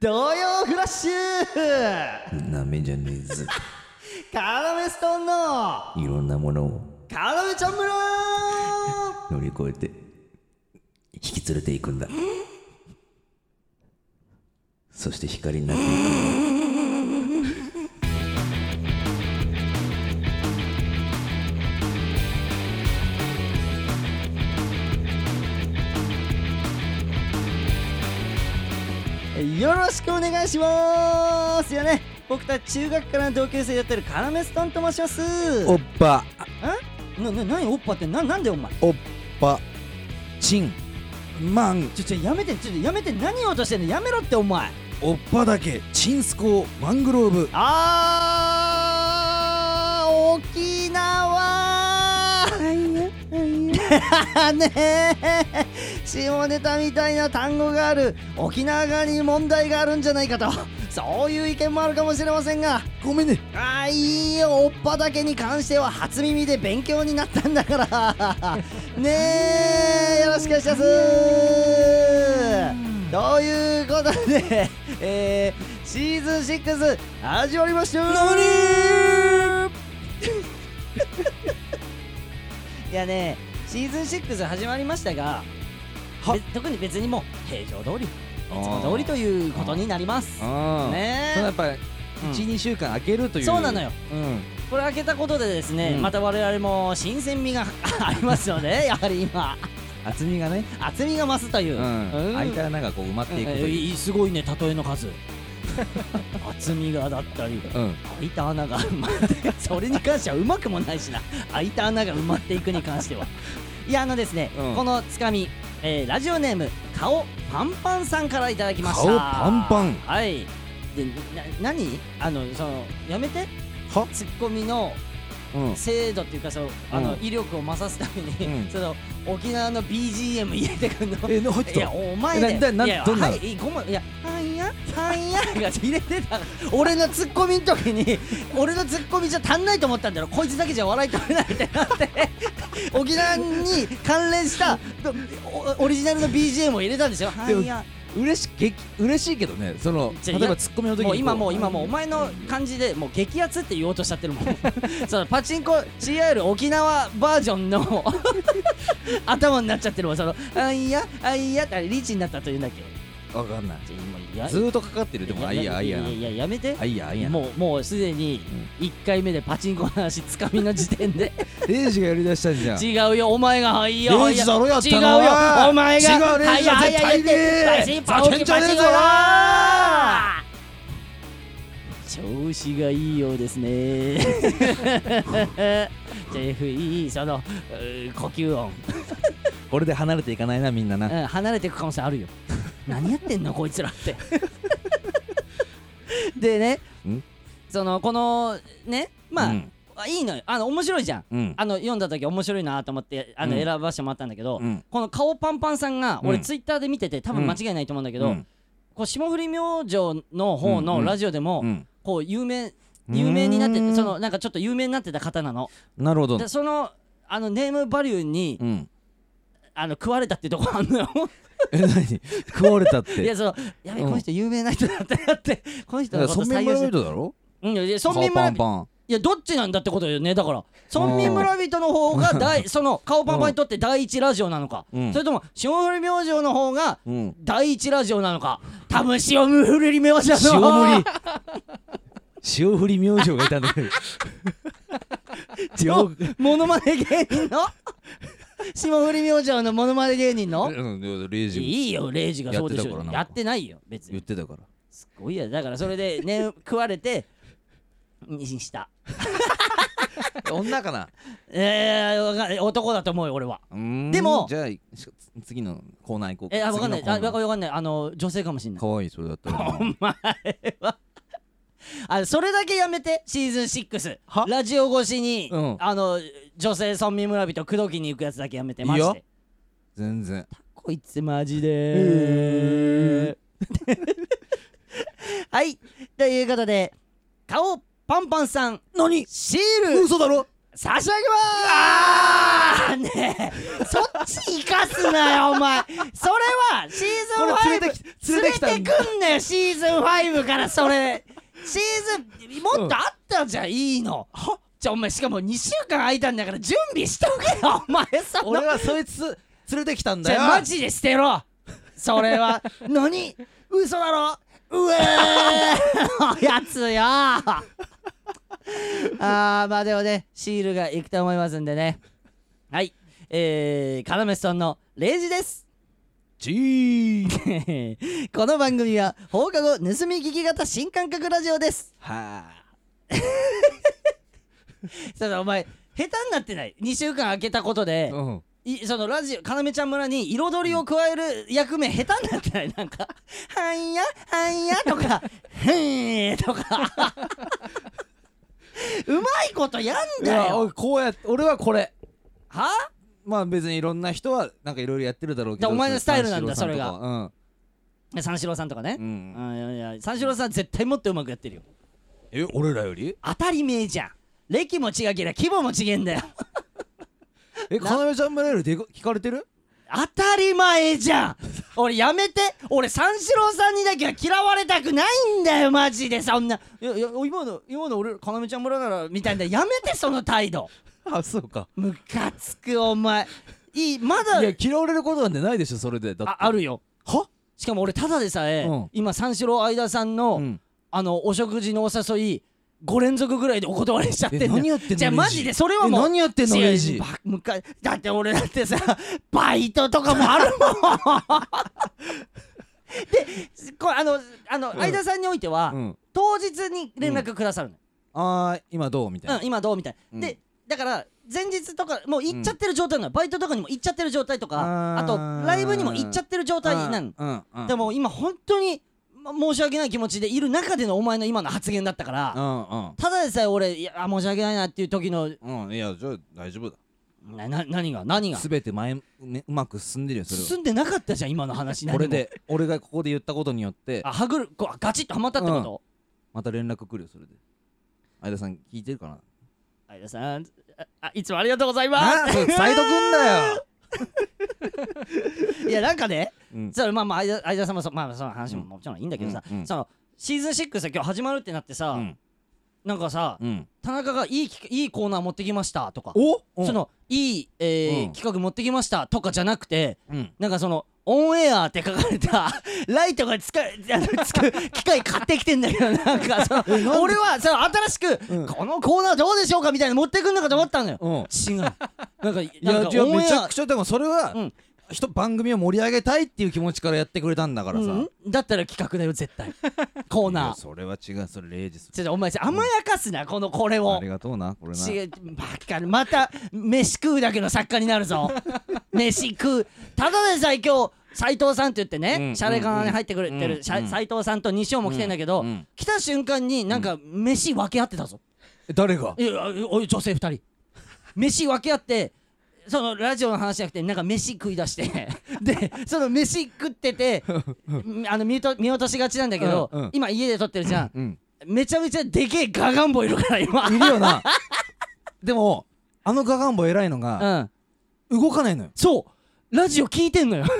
童謡フラッシュなめじゃねえぞ。カラメストーンのいろんなものをカラメちゃん村乗り越えて引き連れていくんだ。そして光になっていく。よろしくお願いしますよね僕たち中学からの同級生やってるカラメストーンと申しますおっぱ、んな、な、なにおっぱってな、なんでお前おっぱ、ちん、まん、ちょ、ちょ、やめて、ちょ、やめて、何を落としてんのやめろってお前おっぱだけ、ちんすこう、マングローブ、あー沖縄 ねえ下ネタみたいな単語がある沖縄側に問題があるんじゃないかとそういう意見もあるかもしれませんがごめんね。あーいいよおっぱだけに関しては初耳で勉強になったんだから ねえよろしくお願いしますということで、えー、シーズン6始まりました いやねシーズン6始まりましたがはべ特に別にもう平常通りいつも通りということになりますあーねえそのやっぱりうん1、2週間空けるという。そうなのよ。うん。これ開けたことでですね、うんまた我々も新鮮味が ありますの でやはり今厚みがね、厚みが増すというう、ん。空いた穴がこう埋まっていくとうんいう。いいすごいね例えの数 厚みがだったりうん。開いた穴が埋まって それに関してはうまくもないしな開いた穴が埋まっていくに関してはいやあのですね、うんこのつかみ、えーラジオネーム顔パンパンさんからいただきました顔パンパンはいでな何あのそのやめてはツッコミのうん。精度っていうかそのあの、うん威力を増さすために、うんその沖縄の BGM 入れてくんのえ、入っいやたお前ねえななないやどんなのはいごめんいやはいやはいやが入れてた俺のツッコミの時に俺のツッコミじゃ足んないと思ったんだろこいつだけじゃ笑い取れないってなって沖縄に関連したおオリジナルの BGM を入れたんですよはでもいや嬉し激嬉しいけどね、その、じゃ例あえばツッコミの時にこもう今もう今もうお前の感じでもう激アツって言おうとしちゃってるもん そのパチンコ CR 沖縄バージョンの 頭になっちゃってるもんそのあいやあいやってあれリーチになったというんだっけわかんない。じゃあもうやずーっとかかってる、でも、あいや、あいや。いやいややめてあいや、あいや。もうもうすでに1回目でパチンコの話つかみの時点でレイジがやりだしたんじゃん。違うよお前がはいよレイジだろやったの違うよお前が違うレイジだはい絶対にはいはいパチンパチン叫んじゃねえぞ調子がいいようですね JFE そのうー呼吸音これで離れていかないな、みんなな。うん、離れていく可能性あるよ何やってんのこいつらって でねんそのこのねまあ、うんいいのよあの面白いじゃん、うんあの読んだ時面白いなと思ってあのうん選ばせてもらったんだけど、うんこの顔パンパンさんが、俺うんツイッターで見てて多分間違いないと思うんだけど、うんこう霜降り明星の方うんうのんラジオでも、うんこう有名有名になってうーんそのなんかちょっと有名になってた方なの、なるほどで。そのあのネームバリューに、うん。あの食われたってとこあんのよえ、何 食われたっいやて。そのやべ、うんこの人有名な人だってなってこの人のこと村採用して人だろうんいや村顔民村パン人パン。いやどっちなんだってことよねだから村民村人の方が 第その顔パンパンにとって第一ラジオなのか、うんそれとも霜降り明星の方がうん。第一ラジオなのか多分塩降り明星の塩方振り。塩振り明星がいたんだけ ど。のモノマネ芸人 の霜降り明星のモノマネ芸人のうん、レイジいいよレイジがそうでしやってたからょなやってないよ別に言ってたから。すごいやだからそれでね食われて妊娠した 女かなえーわかんない、男だと思うよ俺はうーんでもじゃあ、し次のコーナー行こうえー、わかんないあわかかわかんないあの女性かもしんないかわいい、それだった ら。あそれだけやめてシーズン6はラジオ越しに、うんあの女性村民村人口説きに行くやつだけやめていいマジよで全然。こいつマジで はいということで顔パンパンさん何シール嘘だろ差し上げますあーねえそっち生かすなよお前それはシーズンこれ5連れてき連れてきた連れてくんなよシーズン5からそれシーズンもっとあったじゃんいいのじゃあお前しかも2週間空いたんだから準備しとけよお前その 俺はそいつ連れてきたんじだよゃあマジで捨てろそれは 何嘘だろうえー やつよあーまあでもねシールがいくと思いますんでねはいえー、カラメスさんのレイジです ジーこの番組は放課後盗み聞き型新感覚ラジオですはただお前下手になってない2週間空けたことあで、うんいそのラジオ要ちゃん村に彩りを加える役目下手になってないなんか「はんやはんや」とか「へーとかうまいことやんいだやよ俺こうや俺はこれはまあ別にいろんな人はなんかいろいろやってるだろうけどじゃあお前のスタイルなんだ三四郎さそんとかは三四郎さんとかねう、ん、うん、あいやいや三四郎さん絶対もっとうまくやってるよえ俺らより当たり前じゃん歴も違けりゃ規模も違えんだよえかなめちゃん村よりでか聞かれて る当たり前じ ゃん俺やめて俺三四郎さんにだけは嫌われたくないんだよマジでそんないやいや今の今の俺要ちゃん村ならみたいなやめてその態度あそうかムカつくお前いいまだいや嫌われることなんてないでしょそれでだってああるよはしかも俺ただでさえ、うん今三四郎相田さんの、うんあのお食事のお誘い5連続ぐらいでお断りしちゃってんだよえ何やってんのじゃあレイジマジでそれはもうえ何やってんの違うレイジばむかだって俺だってさ バイトとかもあるもん でこれあのあのん相田さんにおいては、うん当日に連絡くださるの、あー今どうみたいなうん、今どうみたいな、うんでだから前日とかもう行っちゃってる状態なの、バイトとかにも行っちゃってる状態とかああとーライブにも行っちゃってる状態なのうんうんうんでも今本当にま申し訳ない気持ちでいる中でのお前の今の発言だったから、うただでさえ俺いや申し訳ないなっていう時のんうんうんいやじゃあ大丈夫だなな何が何がすべて前めうまく進んでるよそれは進んでなかったじゃん今の話何もこれで俺がここで言ったことによってあ歯車こうガチッとはまったってこと、また連絡来るよそれで相田さん聞いてるかな相田さんああいつもありがとうございまなあ それサイドくんだよすいやなんかね、うんそれまあまあ相田相田さんもそ,、まあ、その話ももちろんいいんだけどさ、うんうんそのシーズン6さ今日始まるってなってさ、うんなんかさ、うん田中がいいきいいコーナー持ってきましたとかおそのいい、えーうん企画持ってきましたとかじゃなくてうんなんかそのオンエアって書かれた ライトがつかあのつく機械買ってきてんだけどなんかその俺はその新しく、うんこのコーナーどうでしょうかみたいなの持ってくんのかと思ったのよ、うん違 うなんかいやなんじかゃあオンめエちゃアくちゃでもそれはうん人番組を盛り上げたいっていう気持ちからやってくれたんだからさうんだったら企画だよ絶対コーいナやーそれは違うそれ0時すちょっとお前さ甘やかすな、このこれをありがとうなこれな違うバカまた飯食うだけの作家になる ぞ飯食うただでさえ今日斎藤さんって言ってね、うんシャレカナに入ってくれてうるん斎、うん斉藤さんと西尾も来てんだけど、うんうん来た瞬間になんか飯分け合ってたぞ、え誰が いやおい女性2人飯分け合ってそのラジオの話じゃなくてなんか飯食い出して でその飯食っててあの見と見落としがちなんだけど、うんうん今家で撮ってるじゃん、うんめちゃめちゃでけえガガンボいるから今いるよ なでもあのガガンボ偉いのがうん動かないのよそうラジオ聞いてんのよ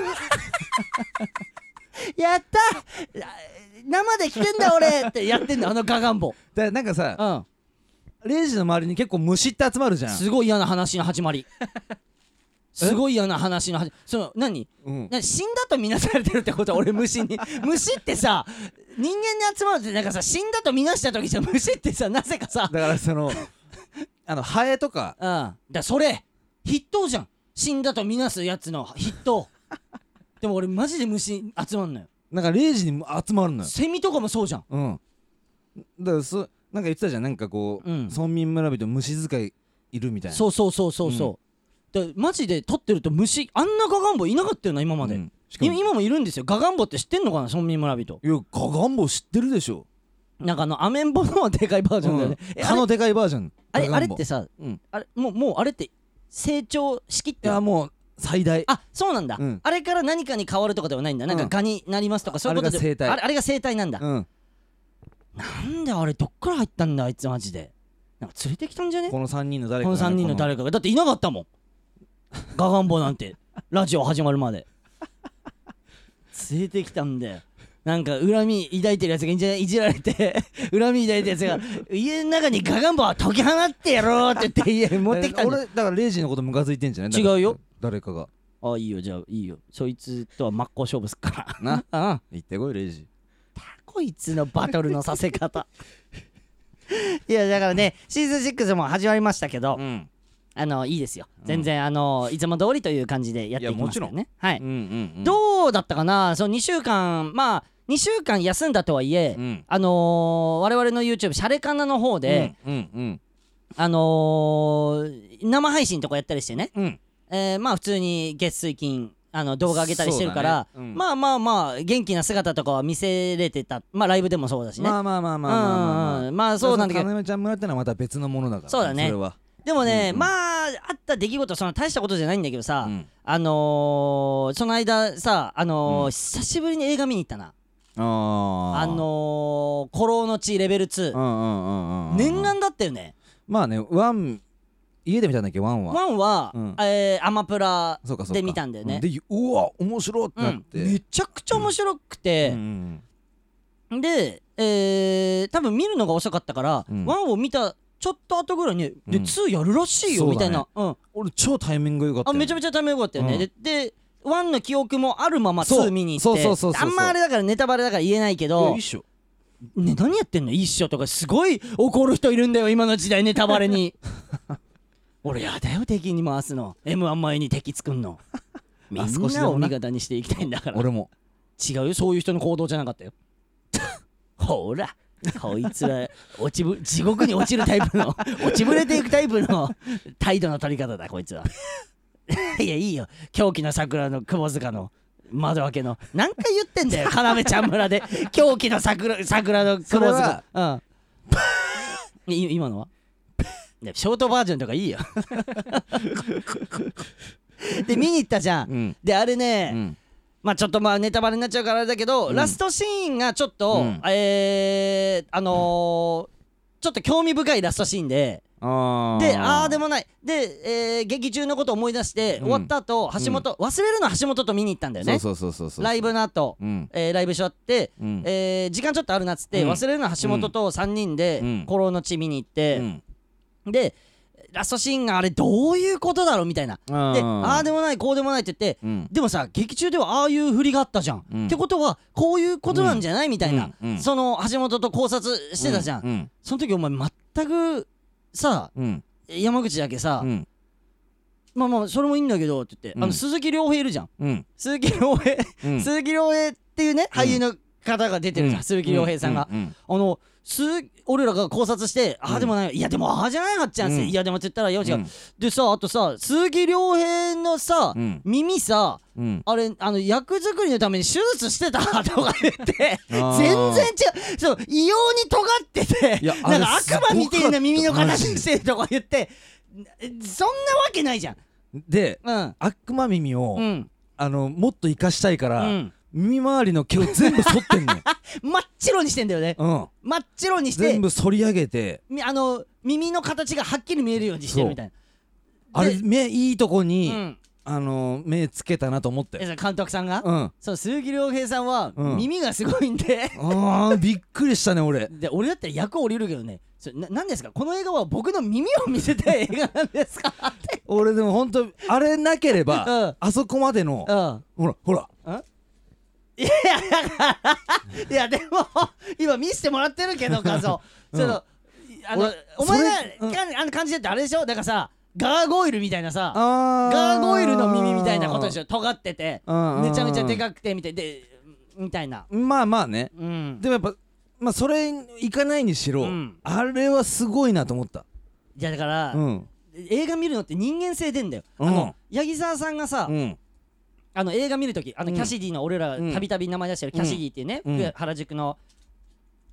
やったあ生で聞けんだ俺ってやって んのあのガガンボでなんかさうん0時の周りに結構虫って集まるじゃんすごい嫌な話の始まりすごい嫌な話の始まりその何うん何死んだとみなされてるってこと俺虫 に虫ってさ人間に集まるってなんかさ死んだとみなした時じゃ虫ってさなぜかさだから そのあのハエとかうん。だからそれ、筆頭じゃん。死んだとみなすやつの筆頭。でも俺マジで虫集まんのよ。なんか0時に集まるのよセミとかもそうじゃん。うんだからそなんか言ってたじゃんなんかこう、うん村民村人虫使いいるみたいなそうそうそうそうそう。でマジで撮ってると虫あんなガガンボいなかったよな今まで、うんしかいも今もいるんですよガガンボって知ってんのかな村民村人いやガガンボ知ってるでしょなんかあのアメンボのでかいバージョンだよね、え蚊のでかいバージョンあれあれあガガれンボってさ、うんあれもうもうあれって成長しきっいてやもう最大あそうなんだ、うんあれから何かに変わるとかではないんだなんかうんガになりますとかそういうことであれが生体あれあれが生態なんだ、うんなんであれどっから入ったんだあいつマジでなんか連れてきたんじゃねこの3人の誰かこの3人の誰かがだっていなかったも んガガンボなんてラジオ始まるまで連れてきたんだよなんか恨み抱いてるやつがいじいじられて 恨み抱いてるやつが家の中にガガンボは解き放ってやろうって言って家持ってきたんだよ俺だからレイジのことムカついてんじゃない違うよ誰かがああいいよじゃあいいよそいつとは真っ向勝負すっからなあ言ってこいレイジこいつのバトルのさせ方いやだからねシーズン6も始まりましたけど、んあのいいですよ全然、あのいつも通りという感じでやっていきますからいやねはいうんうんうんどうだったかなその2週間まあ2週間休んだとはいえ、うんあのー我々の YouTube シャレカナの方で、うんうんあのー生配信とかやったりしてね、うんえーまあ普通に月水金あの動画上げたりしてるから、そうだねうんまあまあまあ元気な姿とかは見せれてたまあライブでもそうだしね、まあまあまあまあまあまあうんうまあんまあそうなんだけど金目ちゃん村ってのはまた別のものだからそうだねそれはでもね、うんうんまああった出来事その大したことじゃないんだけどさ、うんあのーその間さあのー久しぶりに映画見に行ったなあーあのー、古老の地レベルう2んうんうんうんうん念願だったよねまあねワン家で見たんだっけワンは1は、うんえーアマプラそうかそうかで見たんだよねうでうわ面白ってうなっん、てめちゃくちゃ面白くうて、んで、えー、多分見るのが遅かったから、うんワン1を見たちょっと後ぐらいに、でうん2やるらしいよそうみだねたいなう、ん、俺超タイミング良かったあよめちゃめちゃタイミング良かったよね、うんでで1の記憶もあるままそう2見に行ってそうそうそうそうそうあんまあれだからネタバレだから言えないけいやどいいっしょね、何やってんの一緒とかすごい怒る人いるんだよ今の時代ネタバレ に俺やだよ敵に回すの m 1前に敵作ん のみあ少んしでなをもな味方にしていきたいんだから俺も違うよそういう人の行動じゃなかったよ ほらこいつは落ちぶ地獄に落ちるタイ プの落ちぶれていくタイプの態度の取り方だこいつは いやいいよ狂気の桜の窪塚の窓開けの何回言ってんだよ要ちゃん村で狂気の桜桜のそれ窪塚はうんい 今のはいやショートバージョンとかいい よで見に行ったじゃん、うんであれね、うんまあちょっとまあネタバレになっちゃうからあれだけど、うんラストシーンがちょっと、うんえー、あのーちょっと興味深いラストシーンで、あで、あーでもない、で、えー劇中のことを思い出して、うん終わった後、橋本、忘れるの橋本と見に行ったんだよね。そうそうそうそうそうライブの後、うんえーライブし終わって、うんえー時間ちょっとあるなっつって、うん忘れるの橋本と3人で、うん古老の地見に行っうて、んで、ラストシーンがあれどういうことだろうみたいな。あで、あーでもない、こうでもないって言って、うんでもさ劇中ではああいう振りがあったじゃん、うんってことはこういうことなんじゃない、みたいな、うんうんその橋本と考察してたじゃん、うんその時お前全くさうん山口だけさ、うんまあまあそれもいいんだけどって言って、うんあの鈴木亮平いるじゃんうん鈴木亮平、うん鈴木亮平っていうね俳優の方が出てるじゃん、鈴木亮平さんが、うんあの鈴俺らが考察して、ああでもないいやでもああじゃないはっちゃんっす、うんいやでもって言ったらよしうが、んでさあとさ鈴木亮平のさ、うん耳さうんあれあの役作りのために手術して たとか言ってあー全然違うそう異様に尖ってていやなんかあれすご悪かった魔みたいな耳のマ形ジでしてるとか言ってそんなわけないじゃんでうん悪魔耳をうんあのもっと生かしたいかうらん耳周りの毛を全部剃って んのよ真っ白にしてんだよねうん真っ白にして全部剃り上げてみあの耳の形がはっきり見えるようにしてるみたいなあれで目いいとこうにんあの目つけたなと思ってえその監督さんがうんそう鈴木亮平さんはうん耳がすごいんであーび っくりしたね俺 で俺だったら役降りるけどねそれななんですかこの映画は僕の耳を見せたい映画なんですかって俺でもほんとあれなけ れうんばあそこまでの うんほらほらいやでも今見せてもらってるけど 画像うんそのあの俺お前がそれうんかあの感じだってあれでしょだからさガーゴイルみたいなさあガーゴイルの耳みたいなことでしょょ尖っててうんめちゃめちゃでかくてみたいでみたいなまあまあねうんでもやっぱまあそれいかないにしろうんあれはすごいなと思ったじゃあだから、うん映画見るのって人間性出んだよ、うんあの八木沢さんがさ、うんあの映画見るときあのうんキャシディの俺らうんたびたび名前出してるキャシディっていうね、うん福原宿の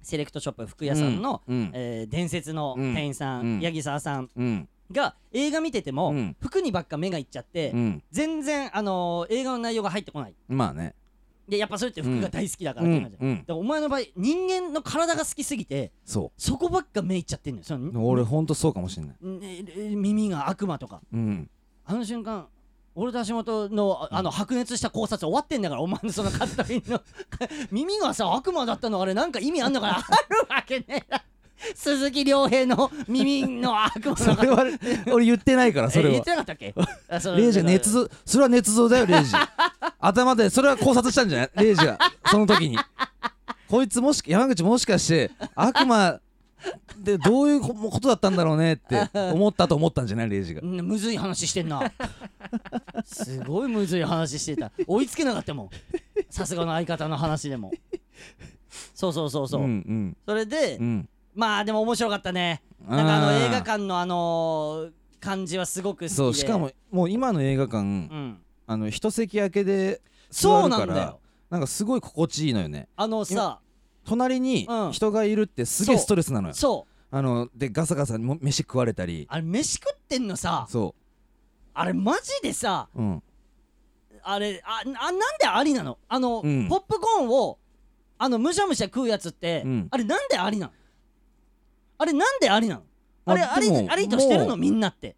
セレクトショップ福屋さんの、うんえー伝説の店員さん、うん八木沢さんうんが映画見てても、うん服にばっか目がいっちゃって、うん全然、あのー映画の内容が入ってこないまあねでやっぱそれって服が大好きだからうっんて感じ、うんうんだからお前の場合人間の体が好きすぎてそそこばっか目いっちゃってんのよそのう俺ほんとそうかもしんないんえ耳が悪魔とかうんあの瞬間俺と橋本のああの白熱した考察終わってんだからお前のそのカットイ ンの耳がさ悪魔だったのあれなんか意味あんの かなあるわけねえな鈴木亮平の耳の悪魔のそれ は俺言ってないからそえれ言っはてなかったっ けあそのレイジが捏造それは捏造だよレ イジ頭でそれは考察したんじゃないレイジがその時にこいつもし山口もしかして悪魔でどういうこことだったんだろうねって思ったと思ったんじゃないレイジがうんむずい話してん なすごいむずい話してた追いつけなかったもんさすがの相方の話でもそうそうそうそう、うんそれで、うんうんまあでも面白かったねなんかあのあー映画館のあのー感じはすごく好きでそうしかももう今の映画館、うんあの一席空けでそ座うるなかんだらよなんかすごい心地いいのよねあのさ隣にうん人がいるってすげえストレスなのよ、そうあのでガサガサも飯食われたりあれ飯食ってんのさそあれマジでさううんあれああなんでありなのあの、うんポップコーンをあのむしゃむしゃ食うやつって、うんあれなんでありなのあれなんでありなのあれあありでもありとしてるものうみんなって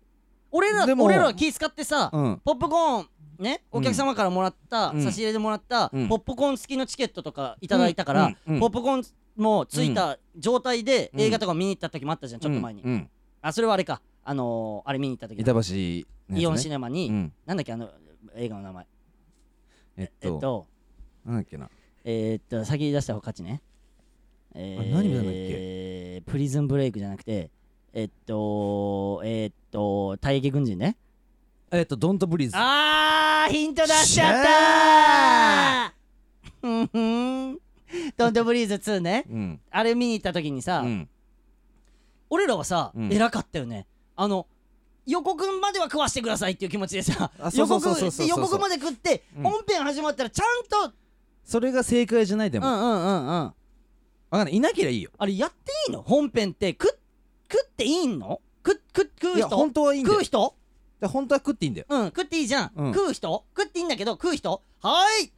俺らでも俺らは気使ってさ、うんポップコーンねお客様からもらった、うん差し入れでもらった、うんポップコーン付きのチケットとかいただいたから、うんうんポップコーンもついた状態でうん映画とか見に行った時もあったじゃん、ちょっと前に、うんうんあそれはあれかあのー、あれ見に行った時だ板橋のやつねイオンシネマに、うんなんだっけあの映画の名前えっえっととなんだっけなえー、っと先出した方が勝ちね。えー、何見たんだっけえープリズンブレイクじゃなくて、えっと、えっと、退役軍人ね。えっとドントブリーズあー、ヒント出しちしゃゃったーうんふん。ドントブリーズ2ね。うんあれ見に行った時にさ、うん俺らはさ、うん偉かったよね。あの、横くんまでは食わしてくださいっていう気持ちでさあ、そうそ横うくそうんそうそうそう横くんまで食って、うん本編始まったらちゃんと、それが正解じゃないでうんもわうんうんうん。かんないいなきゃいいよあれやっていいの本編って食っ食っていいんの食食食ういや人本当はいいんだよ食う人で本当は食っていいんだようん食っていいじゃん、うん食う人食っていいんだけど食う人はーい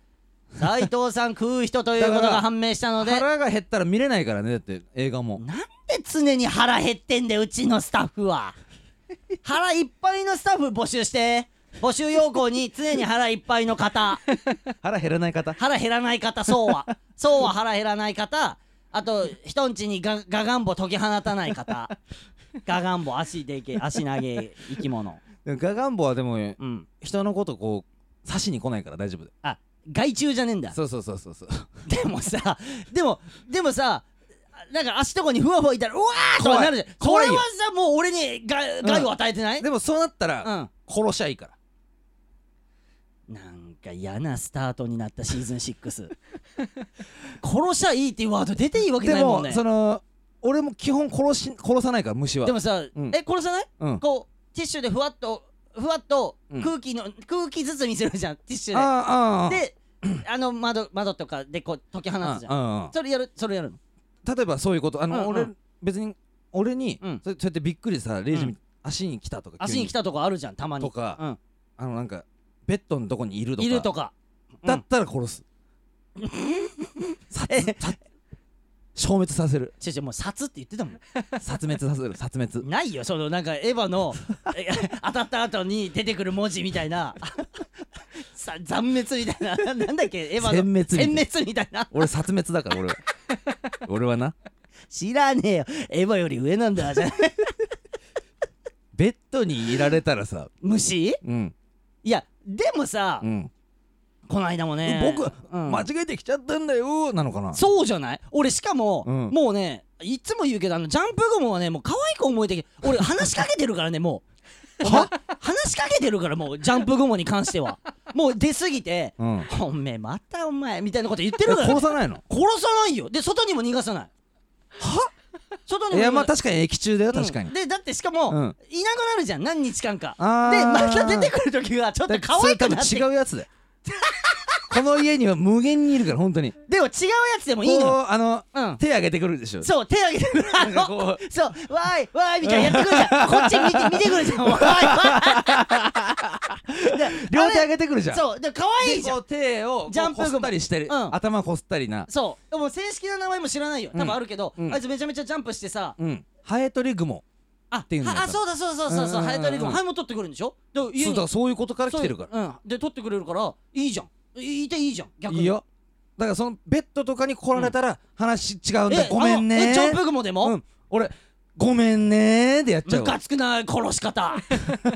斉藤さん食う人ということだかがら判明したので腹が減ったら見れないからねだって映画もなんで常に腹減ってんだようちのスタッフ は腹いっぱいのスタッフ募集して募集要項に常に腹いっぱいの方腹減らない方腹減らない方そうはそうは腹減らない方あと人んちにガガガンボ解き放たない方ガガンボ足でけ足投げ生き物でもガガンボはでもうん人のことこう刺しに来ないから大丈夫だよあ害虫じゃねえんだそうそうそうそうそうでもさでもでもさなんか足とかにふわふわいたらうわーとかなるじゃんこ怖れいはさもう俺にが害を与えてない、でもそうなったらうん殺しゃいいからなんか嫌なスタートになったシーズン6殺しゃいいっていうワード出ていいわけでないもんもねその俺も基本殺し殺さないから虫はでもさ、うんえ殺さないうんこうティッシュでふわっとふわっとうん空気の、空気包みするじゃんティッシュあーあーあーで。であの窓窓とかでこう解き放つじゃん。あそれやるそれやるの。ー例えばそういうことあの、うんうん俺別に俺に、うんそそうやってびっくりさレイジみ、う足に来たとか急足に来たとこあるじゃんたまに。とかあのなんかベッドのとこにいるうとん、かいるとか。だったら殺す、殺殺消滅させるちょちょもう殺って言ってたもん。殺滅させる殺滅ないよそのなんかエヴァ のえ当たった後に出てくる文字みたいな。 さ残滅みたいな なんだっけエヴァの殲滅みたいな殲滅みたいな。俺殺滅だから俺は俺はな知らねえよエヴァより上なんだじゃん。ベッドにいられたらさ虫？うんいやでもさ、うんこの間もね。僕、うん間違えてきちゃったんだよなのかなそうじゃない俺しかも、うんもうねいつも言うけどあのジャンプ雲はねもう可愛く思えてきて俺話しかけてるからねもうは話しかけてるからもうジャンプ雲に関してはもう出過ぎてう、ん、 「おめえまたお前」みたいなこと言ってるから、殺さないの殺さないよで外にも逃がさないは外にいも逃がさなやまいあ確かに駅中だようん確かに、でだってしかも、うんいなくなるじゃん何日間かあーでまた出てくる時がちょっと可愛くなってそれ多分違うやつだよ この家には無限にいるから本当にでも違うやつでもいいこのうあの、うん手挙げてくるでしょそう手挙げてくるあなんかのこうそう「わーいわーい」みたいなやってくるじ ゃんこっち見て見てくるじゃん「わーいわー い」で両手あ挙れげてくるじゃんそうで可愛いじゃんでこう手をこうジャンプこすったりしてる、うん頭こすったりなそうでも正式な名前も知らないよ多分あるけど、うんあいつめちゃめちゃジャンプしてさ、うんハエトリグモあっていうのはやったあそうだそうだそうだそうだうんうんうんうんハエトリグもハエも取ってくるんでしょで家にそうだからそういうことから来てるかららうんで取ってくれるからいいじゃんいいていいじゃん逆にいいよだからそのベッドとかに来られたら話違うんだ、えごめんあのねえジャンプグモでも、うん俺ごめんねーでやっちゃうムわカつくな殺し方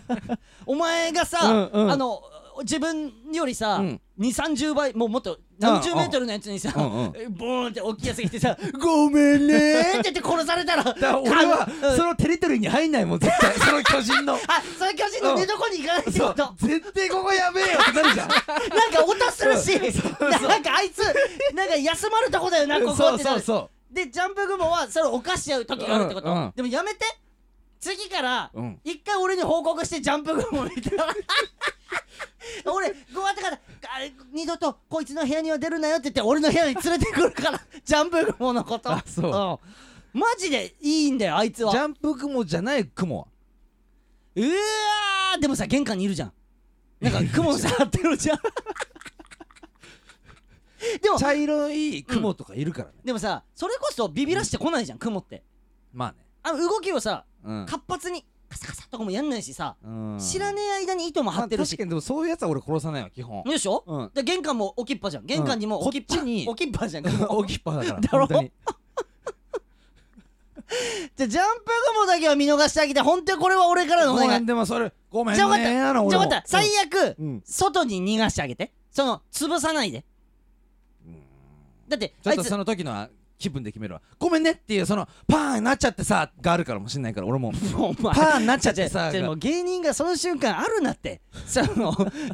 お前がさ、うんうんあの自分よりさ、うん2三3 0倍もうもっと何十メートルのやつにさ、うんうんボーンって大きいやつが来て さ「ごめんね」って言って殺されたらだから俺はかんうんそのテリトリーに入んないもん絶対その巨人のあそれ巨人の寝床に行かないってそこうと絶対ここやべえよってなるじ ゃんなんか音するし、なんかあいつ、なんか休まるとこだよな、ここそっうてなそうる。そで、ジャンプ雲はそれを犯しちゃう時があるってこうんうんと。でもやめて、次からうん、一回俺に報告して、ジャンプ雲見たら。 俺、ごわってから、あれ二度とこいつの部屋には出るなよって言って、俺の部屋に連れてくるから、 ジャンプ雲のこと。あそうんマジでいいんだよ、あいつうジは。ャンプ雲じゃない雲はうわー、でもさ、玄関にいるじゃん。なん か雲触ってるじゃん。でも、茶色い雲とかいるからね、でもさそれこそビビらしてこないじゃん雲ってまあねあの動きをさうん活発にカサカサとかもやんないしさうん知らねえ間に糸も張ってるまあ確しかにでもそういうやつは俺殺さないわ基本よいしょうん で玄関も置きっぱじゃん玄関にもうん置きっぱこっちに置きっぱじゃん大きいっぱだからだろ本当にじゃあジャンプ雲だけは見逃してあげて本当にこれは俺からのおごめ願いんでもそれごめんじねゃあ分かったーなのじゃあ俺も分かった最悪うん外に逃がしてあげてその潰さないでだってちょあっいとつその時のは気分で決めるわごめんねっていうそのパーンなっちゃってさがあるからもしんないから俺 ももうお前パーンなっちゃっじてゃさあじゃあもうが芸人がその瞬間あるなってその、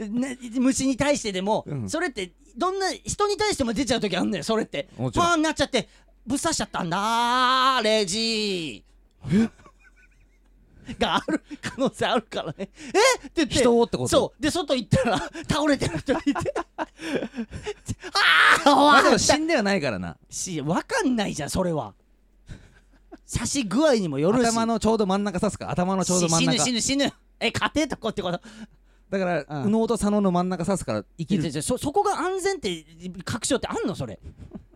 ね、虫に対してでも、うんそれってどんな人に対しても出ちゃう時あるんだよそれってパもちろんーンなっちゃってぶっ刺しちゃったんだレジがある可能性あるからねえって言って人をってことそうで外行ったら倒れてる人い てああまあ終でわもっ死んではないからなし分かんないじゃんそれは刺し具合にもよるし頭のちょうど真ん中刺すか頭のちょうど真んし死中ぬ死ぬ死ぬえ勝てとこってことだからうん右脳と左脳の真ん中刺すから生きいやるいやそそこが安全って確証ってあんのそれ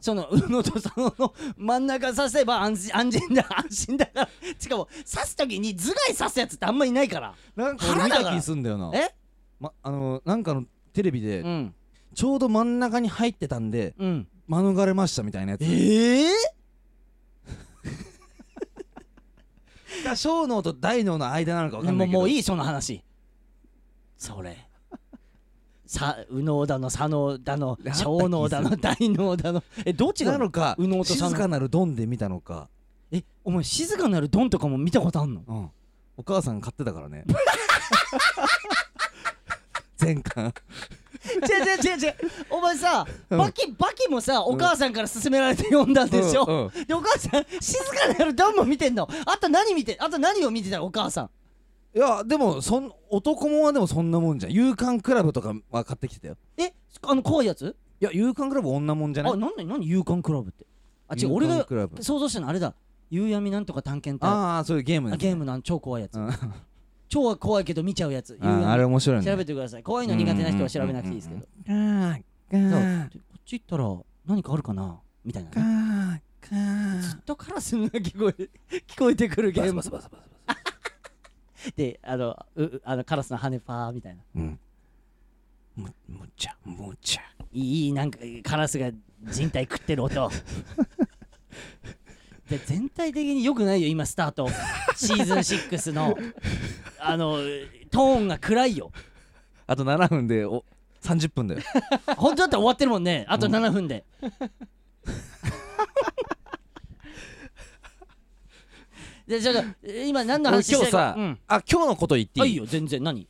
その宇野とその真ん中刺せば安心安全だ 安心だからしかも刺す時に頭蓋刺すやつってあんまいないからなんか腹俺見だからた気すんだよなえまあのなんかのテレビでんちょうど真ん中に入ってたんでうん免れましたみたいなやつええが小脳と大脳の間なのかわかんもうないけどもういいその話それさ右脳だの左脳だのった気する小脳だの大脳だのえどっちがなのか右脳と左静脳かなるドンで見たのかえお前静かなるドンとかも見たことあんのうんお母さんが買ってたからね 前巻違う違う違う違うお前さうんバキバキもさお母さんから勧められて読んだんでしょ、うんうんでお母さん静かになるドンも見てんのあと何見てあと何を見てたのお母さんいやでもそん男もんはでもそんなもんじゃん勇敢クラブとかは買ってきてたよえあの怖いやついや勇敢クラブ女もんじあゃない何何何勇敢クラブってあ違う俺勇が敢クラブ想像したのあれだ夕闇なんとか探検隊あああそういうゲームのやつねゲームなん超怖いやつ、うん超は怖いけど見ちゃうやつ夕あーあれ闇面白い調ねべてください怖いの苦手な人は調べなくていいですけどガーそガうーでこっち行ったら何かあるかなみたいなガねーガずーっとカラスの鳴き声聞こえてくるゲバースムバスバスバスバスであのううあのカラスの羽パーみたいなうんむむちゃむちゃいいなんかカラスが人体食ってる音 で全体的に良くないよ今スタートシーズン6のあのトーンが暗いよあと7分でお30 分だよ本当だったら終わってるもんねあと7分で、でちょっと今何の俺今話日してたさかうんあ今日のこと言ってあいいいいよ全然何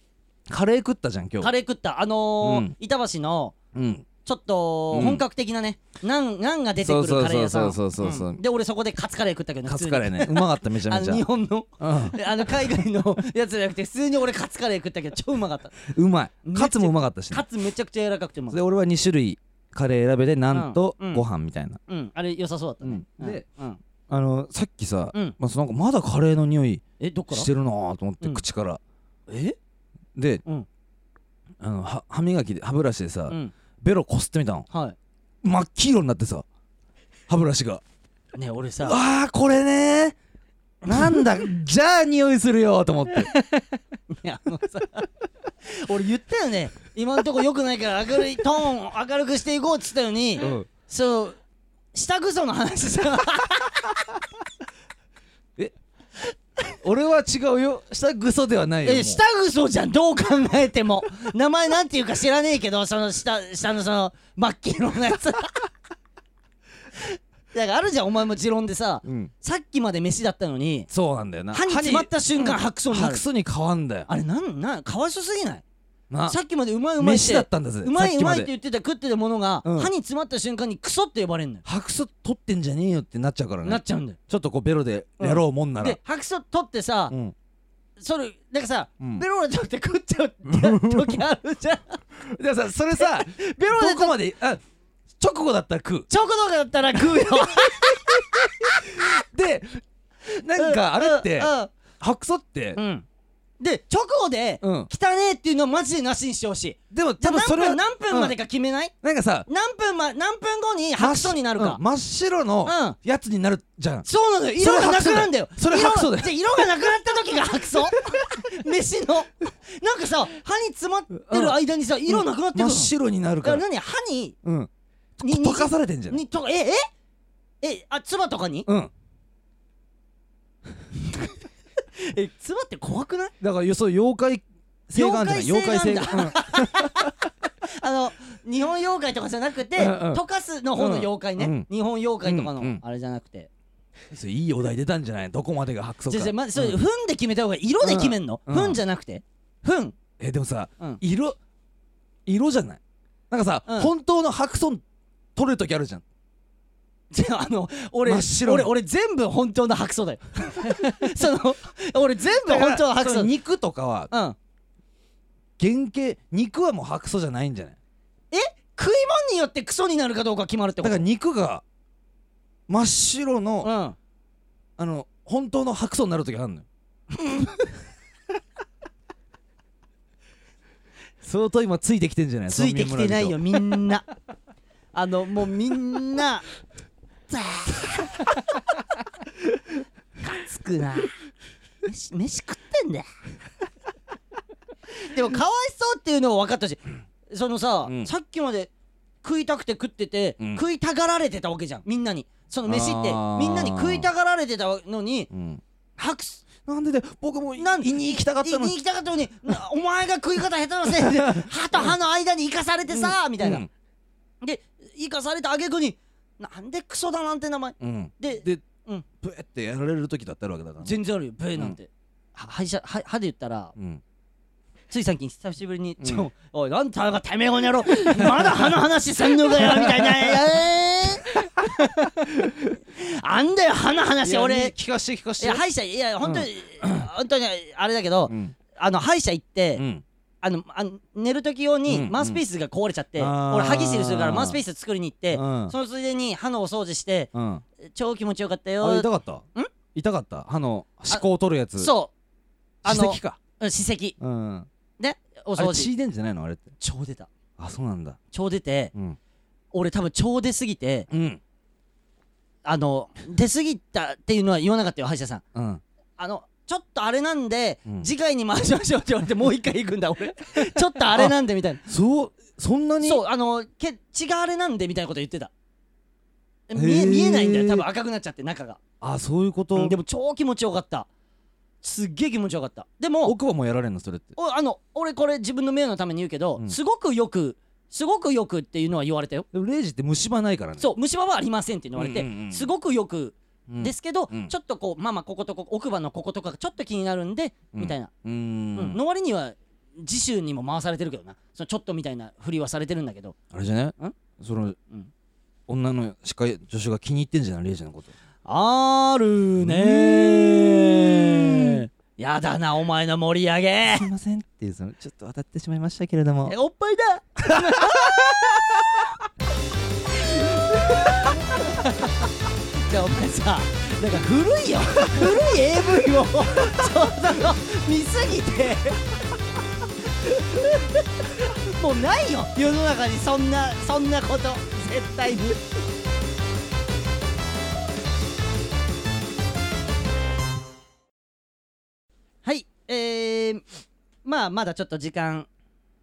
カレー食ったじゃん今カ日レー食ったあのーうん板橋のうんちちょっとうん本格的なね、なん、なんが出てくるカレー屋さんそうそうそうそうそうそううんで俺そこでカツカレー食ったけどねカツカレー普通にねうまかっためちゃあめちの日ゃ本のあの海外のやつじゃなくて普通に俺カツカレー食ったけど超うまかったうんうまめいっちゃカツもうまかったしねカツめちゃくちゃ柔らかくてうまかっでた俺は2種類カレー選べでなんとうんうんご飯みたいなうんあれ良さそうだったね、うんでうん、あのさっきさうんまあそのなんかまだカレーの匂いえどっかしらてるなーと思ってうん口からえでうんあのは歯磨きで歯ブラシでうさんベロこすってみたのは真っ黄色になってさ歯ブラシがいね俺さあーこれねーなん だじゃあ匂いするよーと思っていやあのさ俺言ったよね今のとこ良くないから明るいトーン明るくしていこうっつったのに、うんそう下ぐその話さ俺は違うよ下ぐそではないよもえう下ぐそじゃんどう考えても 名前なんていうか知らねえけどその下下のその真っ黄色のやつ だからあるじゃんお前も持論でさ、うんさっきまで飯だったのにそうなんだよな歯に詰まった瞬間白素になる白素に変わんだよあれなんなんかわいそうすぎないなさっきまでうまいうまいっ飯だてったんだぜうまさいっうきままいでって言ってた食ってたものが、うん歯に詰まった瞬間にクソって呼ばれんのよ、白素取ってんじゃねえよってなっちゃうからなっねちゃうんだよちょっとこうベロでやろうもんならで白素取ってさ、うんそれなんかさ、うんベロで取って食っちゃう時ある じゃんでさそれさベロで どこまであ直後だったら食うチョコとかだったら食うよでなんかあれってう白素ってん、うんうんで直後で、うん汚ねえっていうのはマジでなしにしてほしいでも多多分分そ何れは分何分までか決めない、なんかさ何分ま何分後に白素になるか、うん真っ白のうんやつになるじゃんそうなのよそ色れがなくなるんだよ白素だよそれ白素だよ色じゃあ色がなくなった時が白素 飯のなんかさ歯に詰まってる間にさ色なくなってくるの真っ白になだるかからら何歯にうんに溶かされてんじゃんにとえええあ唾とかにうんえ唾って怖くないだからよそう妖怪性があるんじゃない妖怪性妖怪性があの日本妖怪とかじゃなくてうんうん溶かすの方の妖怪うんねうん日本妖怪とかうんうのんあれじゃなくてうんそれいいお題出たんじゃないどこまでが白素じゃあじゃあかまずそれう糞で決めた方がいい色で決めんのうんうん糞じゃなくて糞えでもさうん色色じゃないなんかさうん本当の白素取る時あるじゃんじゃああの俺真っ白俺な俺全部本当の白素だよ その俺全部本当の白だから素肉とかはうん原型肉はもう白素じゃないんじゃない食い物によってクソになるかどうか決まるってこだかとら肉が真っ白の、うんあの本当の白素になる時あるのよ 相当今ついてきてんじゃないついてきてないよみんなあのもうみんなザーかつくな飯飯食ってんだよでもかわいそうっていうのを分かったしそのさ、うんさっきまで食いたくて食ってて、うん食いたがられてたわけじゃんみんなにその飯ってあーみんなに食いたがられてたのにそのメンバーの人、白すうん、なんでで僕もいなん胃に行きたかったのに行きたかったのになお前が食い方下手なせいで歯と歯の間に生かされてさ、みたいな、うんで生かされた挙句になんでクソだなんて名前うんででうんプエってやられる時だってあるわけだから全然あるよブイなんて、は歯医者歯歯で言ったらうんつい最近久しぶりに「んちょおいなんたがてめえこの野郎まだ歯の話すんのかよ」 みたいな「えーあんだよ歯の話いや俺聞かして聞かしいてや歯医者いや本当に、本当にあれだけど、うんあの歯医者行って、うんあのあの寝る時用うんにうんマウスピースが壊れちゃって、あー俺歯ぎしりするからマウスピース作りに行って、うんそのついでに歯のお掃除してうん超気持ちよかったあよ痛かったん痛かった歯の歯垢を取るやつうそうあの歯石かうん歯石うんねおあれ掃除血出んじゃないのあれって超出たあそうなんだ超出てうん俺多分超出過ぎてうんあの出過ぎたっていうのは言わなかったよ歯医者さんうんあのちょっとあれなんで、うん次回に回しましょうって言われてもう一回行くんだ 俺ちょっとあれなんでみたいなそうそんなにそうあのけ血があれなんでみたいなこと言ってたー見え見えないんだよ多分赤くなっちゃって中があそういうこと、うんでも超気持ちよかったすっげえ気持ちよかったでも奥歯もやられんのそれっておあの俺これ自分の名誉のために言うけど、うんすごくよくすごくよくっていうのは言われたよ、でもレイジって虫歯ないからねそう虫歯はありませんって言われて、うんうんうんすごくよくうんですけど、うんちょっとこうまあまあこことここ奥歯のこことかがちょっと気になるんで、うんみたいな、うーうんんの割には次週にも回されてるけどなそのちょっとみたいな振りはされてるんだけどあれじゃねんその、ん女の司会助手が気に入ってんじゃないレイジのことあるねやだなお前の盛り上げえすいませんっていうそのちょっと当たってしまいましたけれどもおっぱいだ じゃあお前さなんか古いよ古い AV をちょっと見すぎてもうないよ世の中にそんなそんなこと絶対に。はい、えー、まあまだちょっと時間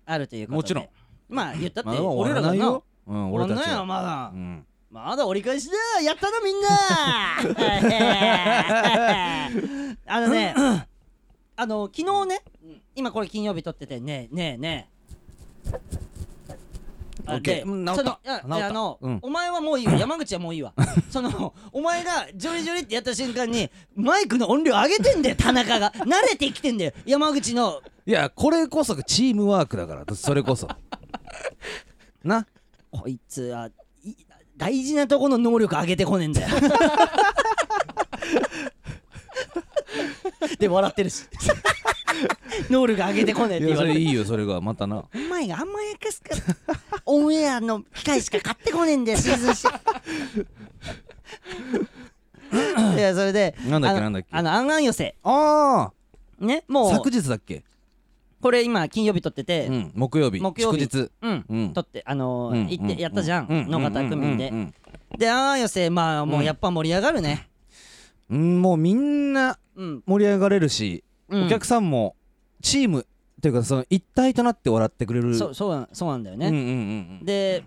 あるということでもちろんまあ言ったってまだ俺終わららがないなよ、うん、俺俺たたちちは、まだうん、まだ折り返しだやったなみん なあのねあの昨日ね今これ金曜日撮っててねえねえねえあオッケーでうん治っそたのいや治ったあの、うんお前はもういい わ山口はもういいわそのお前がジョリジョリってやった瞬間にマイクの音量上げてんだよ田中が慣れてきてんだよ山口のいやこれこそがチームワークだからそれ こそなこいつはい大事なとこの能力上げてこねえんだよ で笑ってるし能力上げてこねえっいて言やわそれれるいいよそれがまたなお前があんまやかすからオンエアの機械しか買ってこねえんだよシーズンして いやそれでなんだっけあのなんだっけあの「あんあん寄せあ」ねあもう昨日だっけこれ今金曜日撮っててうん木曜日木曜日祝日うん、うん撮ってあのー行ってやったじゃん野方区区民民ででああ寄せまあもうやっぱ盛り上がるねうんもうみんなうん、盛り上がれるしうんお客さんもチームというかその一体となって笑ってくれるそうそうなんそうなんだようんね、うんうんで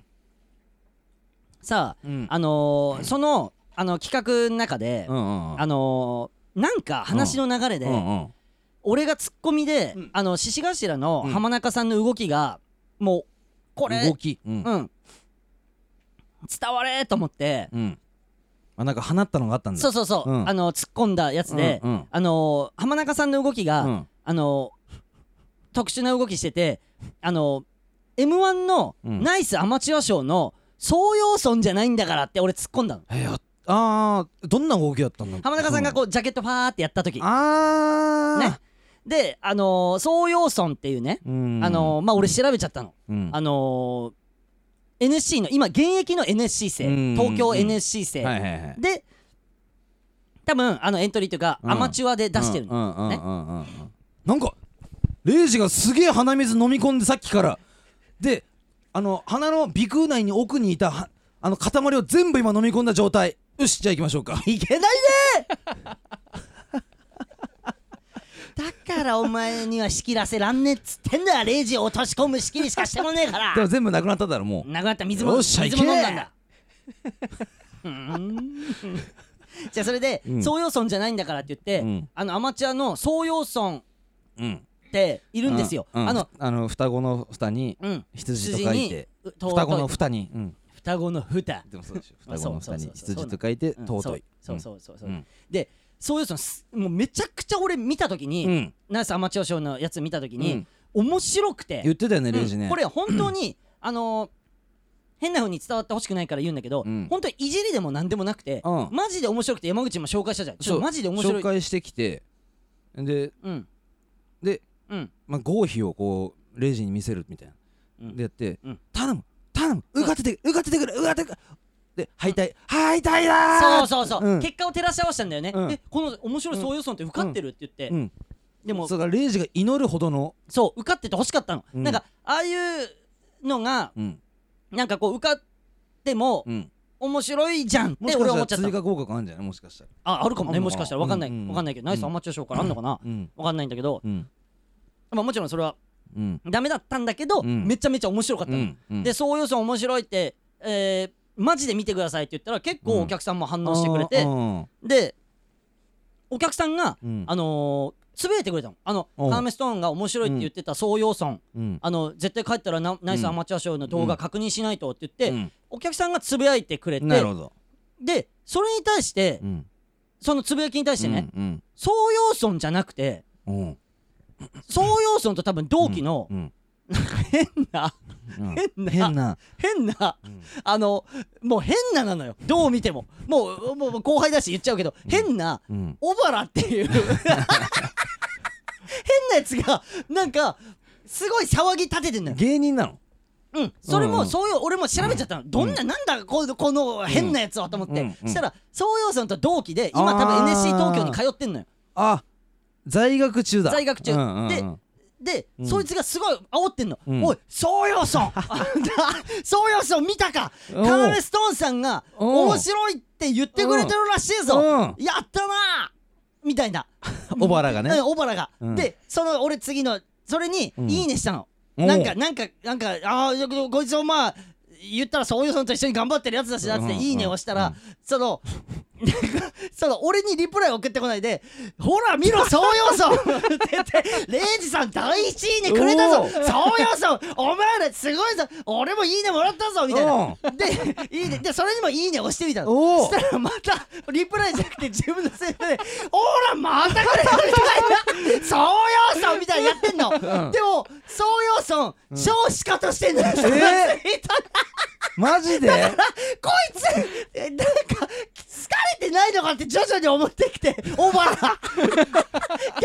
さあ、うんあのーそのあの企画の中で、うんうんうんあのーなんか話の流れで、うんうん俺がツッコミで、うんあの獅子頭の浜中さんの動きが、もうこれ動きうんうん伝われと思って、うんあなんか放ったのがあったんだそうそうそう、うんあの突っ込んだやつで、うんうんあのー浜中さんの動きが、うんあの特殊な動きしててあの m 1のうんナイスアマチュア賞の総要損じゃないんだからって俺突っ込んだのえやあーどんな動きだったんだ浜中さんがこうジャケットファーってやった時あねであのー総要損っていうね、ねあのーまあ俺調べちゃったの、ああのー NSC の今現役の NSC 生、うん東京 NSC 生、はいはいはいで多分あのエントリーというか、うんアマチュアで出してるの、うんうんうんねうんうんうんなんかレイジがすげえ鼻水飲み込んでさっきからであの鼻の鼻腔内に奥にいたはあの塊を全部今飲み込んだ状態よしじゃあ行きましょうかいけないねだからお前には仕切らせらんねえっつってんだよレイジを落とし込む仕切りしかしてもねえかでもら全部なくなっただろもうなくなった水もよっしゃ水も飲んいけだんだうーんじゃあそれで、うん総要損じゃないんだからって言って、うんあのアマチュアの総要損うんっているんですよ、ううあのあの双子の蓋にうん羊と書いて羊にと双子の蓋にうん双子の蓋でもそうでしょあ双子の蓋 そうにそうそうそう羊と書いてうん尊いそうそうそうそう、うんで総要損すもうめちゃくちゃ俺見た時に、うんナイスアマチュア賞のやつ見たときうにん、面白くて、言ってたようねんレイジねこれ本当に、あのー変な風に伝わってほしくないから言うんだけど、うん本当にいじりでも何でもなくて、うんマジで面白くて山口も紹介したじゃんちょっそうとマジで面白紹い介してきてでうんでうんまあ、合否をこうレイジに見せるみたいな、うんでやって、うん頼む頼む受かってて受かっててくれ受かっててくれで敗退、敗退だーそうそうそう、うん結果を照らし合わせたんだよね、うんえこの面白い総予算って受かってるって言って、うん、でもそうだからレイジが祈るほどの、そう受かっててほしかったの、うんなんかああいうのがうんなんかこう受かってもうん、面白いじゃんっもてしか俺はした思っらちゃった追加合格あるんじゃないもしかしたら、ああるかもねあんのかもしなかしたら分かんない、うんうん分かんないけど、ナイスアマチュア賞からあんのかな、うんわかんないんだけど、うんまあ、もちろんそれはうんダメだったんだけど、うんめちゃめちゃ面白かったの、うんでそういうそ面白いって、えーマジで見てくださいって言ったら結構お客さんも反応してくれて、うんでお客さんが、うんあのー、つぶえてくれたのあのうんカーメストーンが面白いって言ってた総要村、うんあの絶対帰ったらナナイスアマチュア賞の動画確認しないとって言って、うんお客さんがつぶやいてくれてなるほど、でそれに対して、うん、そのつぶやきに対してね、うん総要村じゃなくてうん総要素と多分同期のうん変なうん変な変な変なうんあのもう変ななのよどう見てももうもうもう後輩だし言っちゃうけど変なうん小原って いう変なやつがなんかすごい騒ぎ立ててんのよ芸人なのうん、それうんもうんそういう俺も調べちゃったの、どんな、なんだこのこの変なやつはと思って、うんうんしたら総陽さんと同期で今多分あー NSC 東京に通ってんのよあ在学中だ在学中うんうんうんでで、うんそいつがすごい煽ってんの、うんおい総陽 さんあんた総陽さん見たかおうカナメストーンさんがおう面白いって言ってくれてるらしいぞ、うやったなみたいな 小原がねうん小原が、うんでその俺次のそれにうんいいねしたの、おうなんかなんかなんかああこいつもまあ言ったらそういうさんと一緒に頑張ってるやつだしなっつってうんいいねをしたら、うんそのなんか その俺にリプライ送ってこないで「ほら見ろそう よさん!」って言って「レイジさん第1位にくれたぞおうそうよさんお前らすごいぞ俺もいいねもらったぞ」みたいなでいいねでそれにも「いいね」押してみたのそおおしたらまたリプライじゃなくて自分のせいで「ほらまたくれた!」みたいな「そうよさん!」みたいなやってんの、んでもそうよさん少子化としてんのよ、 そのツイートマ ジでこいつえなんか疲れてないのかって徐々に思ってきてオバ ラ逆に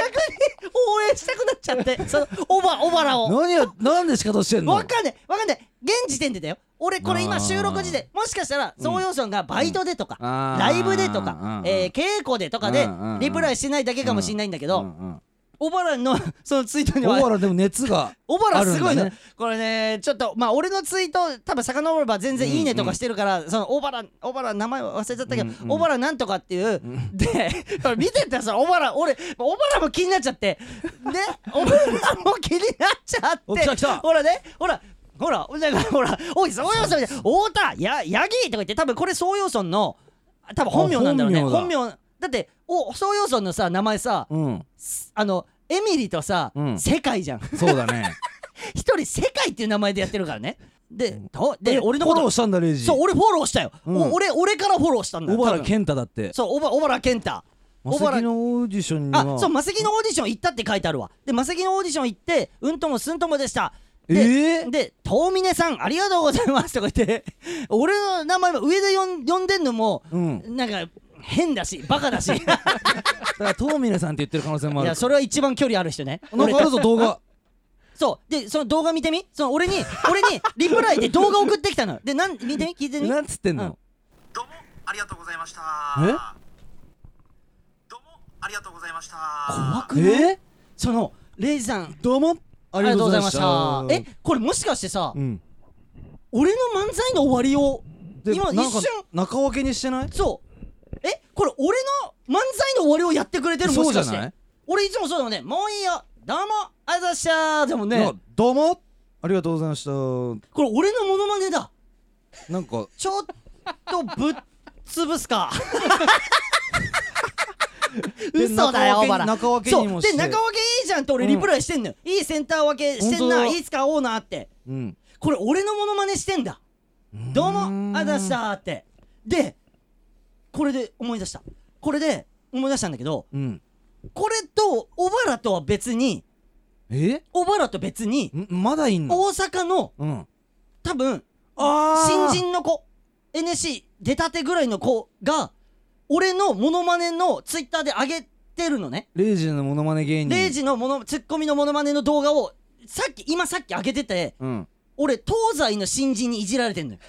応援したくなっちゃってそのオバオバラを何やなんで仕方してんのわかんないわかんない現時点でだよ俺これ今収録時点もしかしたらソン・ヨンソンがバイトでとか、あーライブでとうんかう、んえー稽古でとかでうんうんうんリプライしてないだけかもしれないんだけうどんうん小原のそのツイートに小は原でも熱が小原すごいあるんだのねこれねちょっとまあ俺のツイート多分遡れば全然いいねとかしてるからその小原小原名前忘れちゃったけどうんうん小原なんとかっていうでこれ見てたらその小原俺小原も気になっちゃってね小原も気になっちゃってお来た来たほらねほらほら、だからほら、おい、総要素みたいな、太田、や、ヤギとか言って、多分これ総要素の、多分本名なんだろうね。あ本本名名だって、お、総要素のさ、名前さ、うんあの、エミリとさ、うん世界じゃん。そうだね一人世界っていう名前でやってるからね。で、と で、俺のこフォロとー、したんだレイジそう、俺フォローしたよ。うんお俺、俺からフォローしたんだよ。小原多分健太だってそう、小原小原健太。小マセキ原のオーディションにはあそうマセキのオーディション行ったって書いてあるわでマセキのオーディション行ってうんともすんともでしたで、えーで遠峰さんありがとうございますとか言って 俺の名前は上で呼ん呼んでんのも、うんなんか変だしバカ だしいだから遠峰さんって言ってる可能性もあるやそれは一番距離ある人ねなんかあるぞ動画そうでその動画見てみその俺に俺にリプライで動画送ってきたのでなん見てみ聞いてみなんつってんのどうもありがとうございましたえどうもありがとうございました怖くない、えそのレイジさんどうもあありがとうございましたえこれもしかしてさ、うん俺の漫才の終わりをで今な一んか瞬中分けにしてないそうえこれ俺の漫才の終わりをやってくれてるもそしうじかゃしてない俺いつもそうだもんねもういいよどうもありがとうございましたでもんなねんかどうもありがとうございましたこれ俺のモノマネだなんかちょっとぶっ潰すか で嘘だよ中分小原け中分けにもしてそうで中分けいいじゃんって俺リプライしてんのよ、いいセンター分けしてん本な当だいいつかオーナーってうんこれ俺のモノマネしてんだどうもありがとうございましたってでこれで思い出したこれで思い出したんだけどうんこれと小原とは別にえ小原と別にんまだいんの大阪のうん多分あ新人の子 NSC 出たてぐらいの子が俺のモノマネのツイッターで上げてるのね、レイジのモノマネ芸人レイジのものツッコミのモノマネの動画をさっき今さっき上げててうん俺東西の新人にいじられてんのよ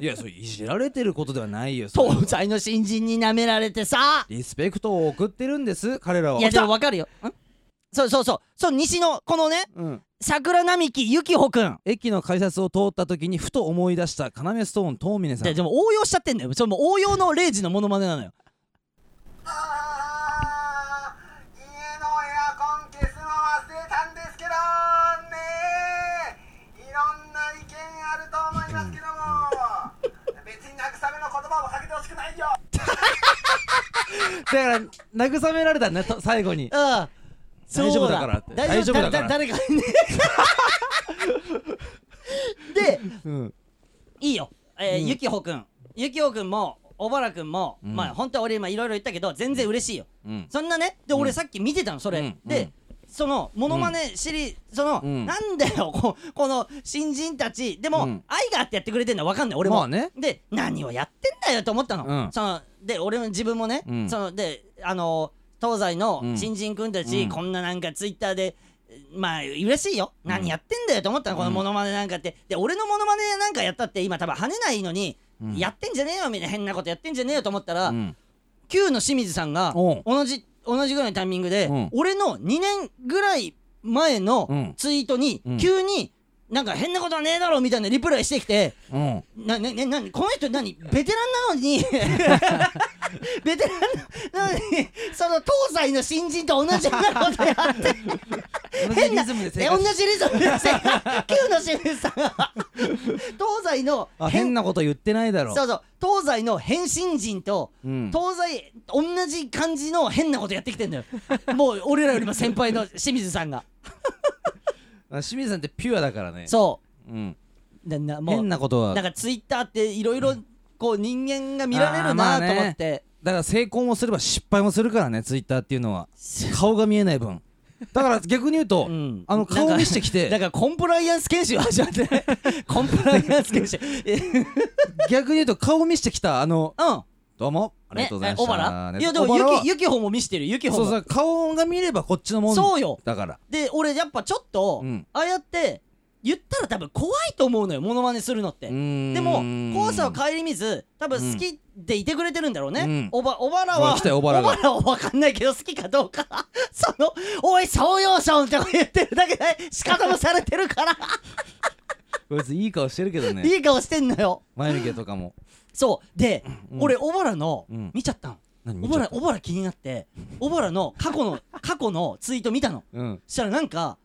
いやそれいじられてることではないよそれ東西の新人に舐められてさリスペクトを送ってるんです彼らはいやでも分かるよんそうそうそうそう西のこのねうん桜並木ゆきほくん駅の改札を通った時にふと思い出した要ストーン遠峰さでんでも応用しちゃってんだよそれもう応用のレイジのモノマネなのよあー家のエアコン消すの忘れたんですけどねいろんな意見あると思いますけども別に慰めの言葉をかけてほしくないよだから慰められたねと最後にああ大丈夫だからって大丈夫だ大丈夫だから誰か にねでうんいいよ、えーゆきほくんゆきほくんも小原くんも、んまあ本当は俺今いろいろ言ったけど全然嬉しいようんそんなねで俺さっき見てたのそれ、うんで、そのモノマネ知り、その、うんなんだよこ この新人たちでも、うん愛があってやってくれてるのは分かんない俺も、まあねで何をやってんだよと思ったの,、うんそので俺も自分もね、うんそのであの東西のうん新人君たち、うんこんななんかツイッターでまあ嬉しいよ、ん何やってんだよと思ったのこのモノマネなんかってで俺のモノマネなんかやったって今多分跳ねないのに、うんやってんじゃねえよみたいな変なことやってんじゃねえよと思ったら、うん、 Q の清水さんがおう同じ同じぐらいのタイミングで、うん俺の2年ぐらい前うのんツイートにうん急になんか変なことはねえだろみたいなリプライしてきて、うん、な、な、な、な、この人何ベテランなの にベテランなのにその東西の新人と同じようなことや って変な同じリズムえで生同活じリズムで生 活 Q の清水さんが東西のあ変なこと言ってないだろそうそう東西の変身人とうん東西同じ感じの変なことやってきてんのよもう俺らよりも先輩の清水さんがあ清水さんってピュアだからね、そうん、うななもう変なことはなんだかかツイッターっていろいろこう人間が見られあるーまなあねと思って、ら成功もすれば失敗もするからねツイッターっていうのは顔が見えない分だから逆に言うと、 うんあの なん顔か見してきてだからコンプライアンス研修始まって ねコンプライアンス研修えうん逆に言うと顔見してきたあのどうもあありがとうございま小した、原ねいやで小原もはゆきゆきほも見してるゆきほそうもそう顔が見ればこっちのもんそうよだからで俺やっぱちょっと、うんああやって言ったら多分怖いと思うのよモノマネするのってででも怖さを顧みず多分好きでいてくれてるんだろうね、うんおばおばらはおい来たよおばらがは分かんないけど好きかどうか その「おいそうよション」とか言ってるだけで仕方もされてるから、こいついい顔してるけどね いい顔してんのよ眉毛とかもそうで、うん俺小原の、うん見ちゃったの何小見ちゃ原った小原気になって小原の過 去の過去のツイート見たのうんそしたらなんか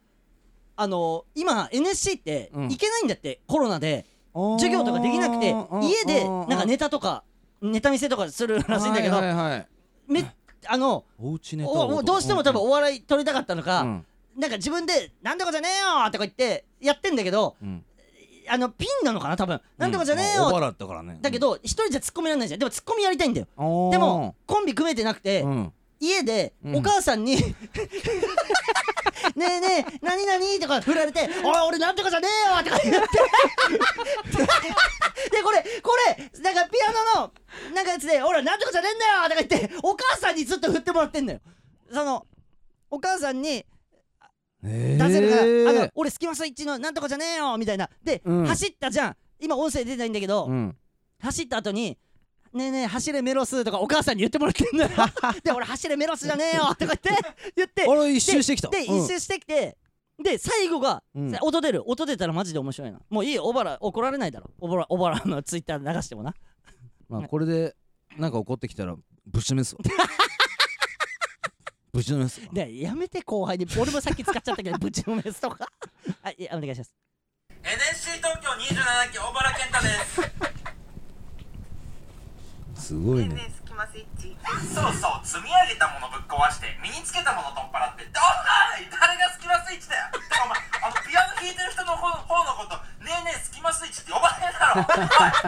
あのー今 NSC ってうん行けないんだって、コロナで 授業とかできなくて家でなんかネタとかネタ見せとかするらしいんだけど、はいはいはいめあのおうちネタおおどうしても多分お笑い取りたかったのか、うんなんか自分で「なんとかじゃねえよ!」とか言ってやってんだけどうんあのピンなのかな多分「なんとかじゃねえうんよ!小原だからねだけど一人じゃ突っ込みられないじゃんでも突っ込みやりたいんだようんでもコンビ組めてなくて、うん家でうんお母さんに、 ねえねえ何何とか振られて「おい俺なんとかじゃねえよ!」とか言 ってでこれこれなんかピアノのなんかやつで「俺なんとかじゃねえんだよ!」とか言ってお母さんにずっと振ってもらってんだよそのお母さんに出出せるから、あのえ俺スキマスイッチのなんとかじゃねえよみたいなで、うん走ったじゃん今音声出てないんだけど、うん走った後に「ねえねえ走れメロス」とかお母さんに言ってもらってん だよで俺走れメロスじゃねえよとか言って言ってあれ一周してきたでうん一周してきて、で最後が、うんさ音出る音出たらマジで面白いなもういいよ小原怒られないだろ小原小原のツイッター流してもなまあこれでなんか怒ってきたらぶちの めすわぶちのめすわでやめて後輩に俺もさっき使っちゃったけ どぶちのめすとかはいいやお願いします NSC 東京27期小原健太です すごいねね、スキマスイッチ。そうそう積み上げたものぶっ壊して身につけたもの取っ払ってどんない誰がスキマスイッチだよだからお前あのピアノ弾いてる人の方方のことねえねえスキマスイッチって呼ばへんだろ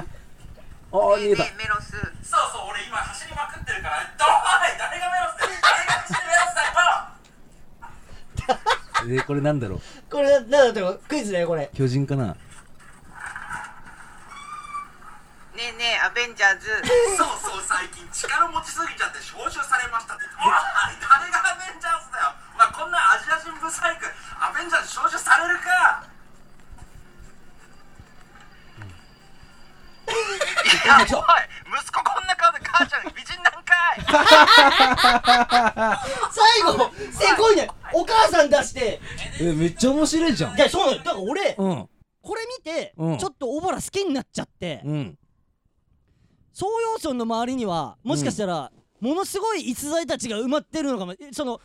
あ、ねえねえメロス。そうそう俺今走りまくってるからどんない誰がメロスだよ誰が走りえメロスだよこれなんだろうこれなんだろうクイズだよこれ巨人かなねえねえアベンジャーズ。そうそう最近力持ちすぎちゃって招集されましたってどんない誰がアベンジャーズだよお前こんなアジア人ブサイクアベンジャーズ招集されるかやばい息子こんな顔で母ちゃん美人なんかい最後せこいねお母さん出してえめっちゃ面白いじゃんいやそうなのだから俺うんこれ見て、うんちょっと小原好きになっちゃって、うん総陽村の周りにはもしかしたら、ものすごい逸材たちが埋まってるのかもえその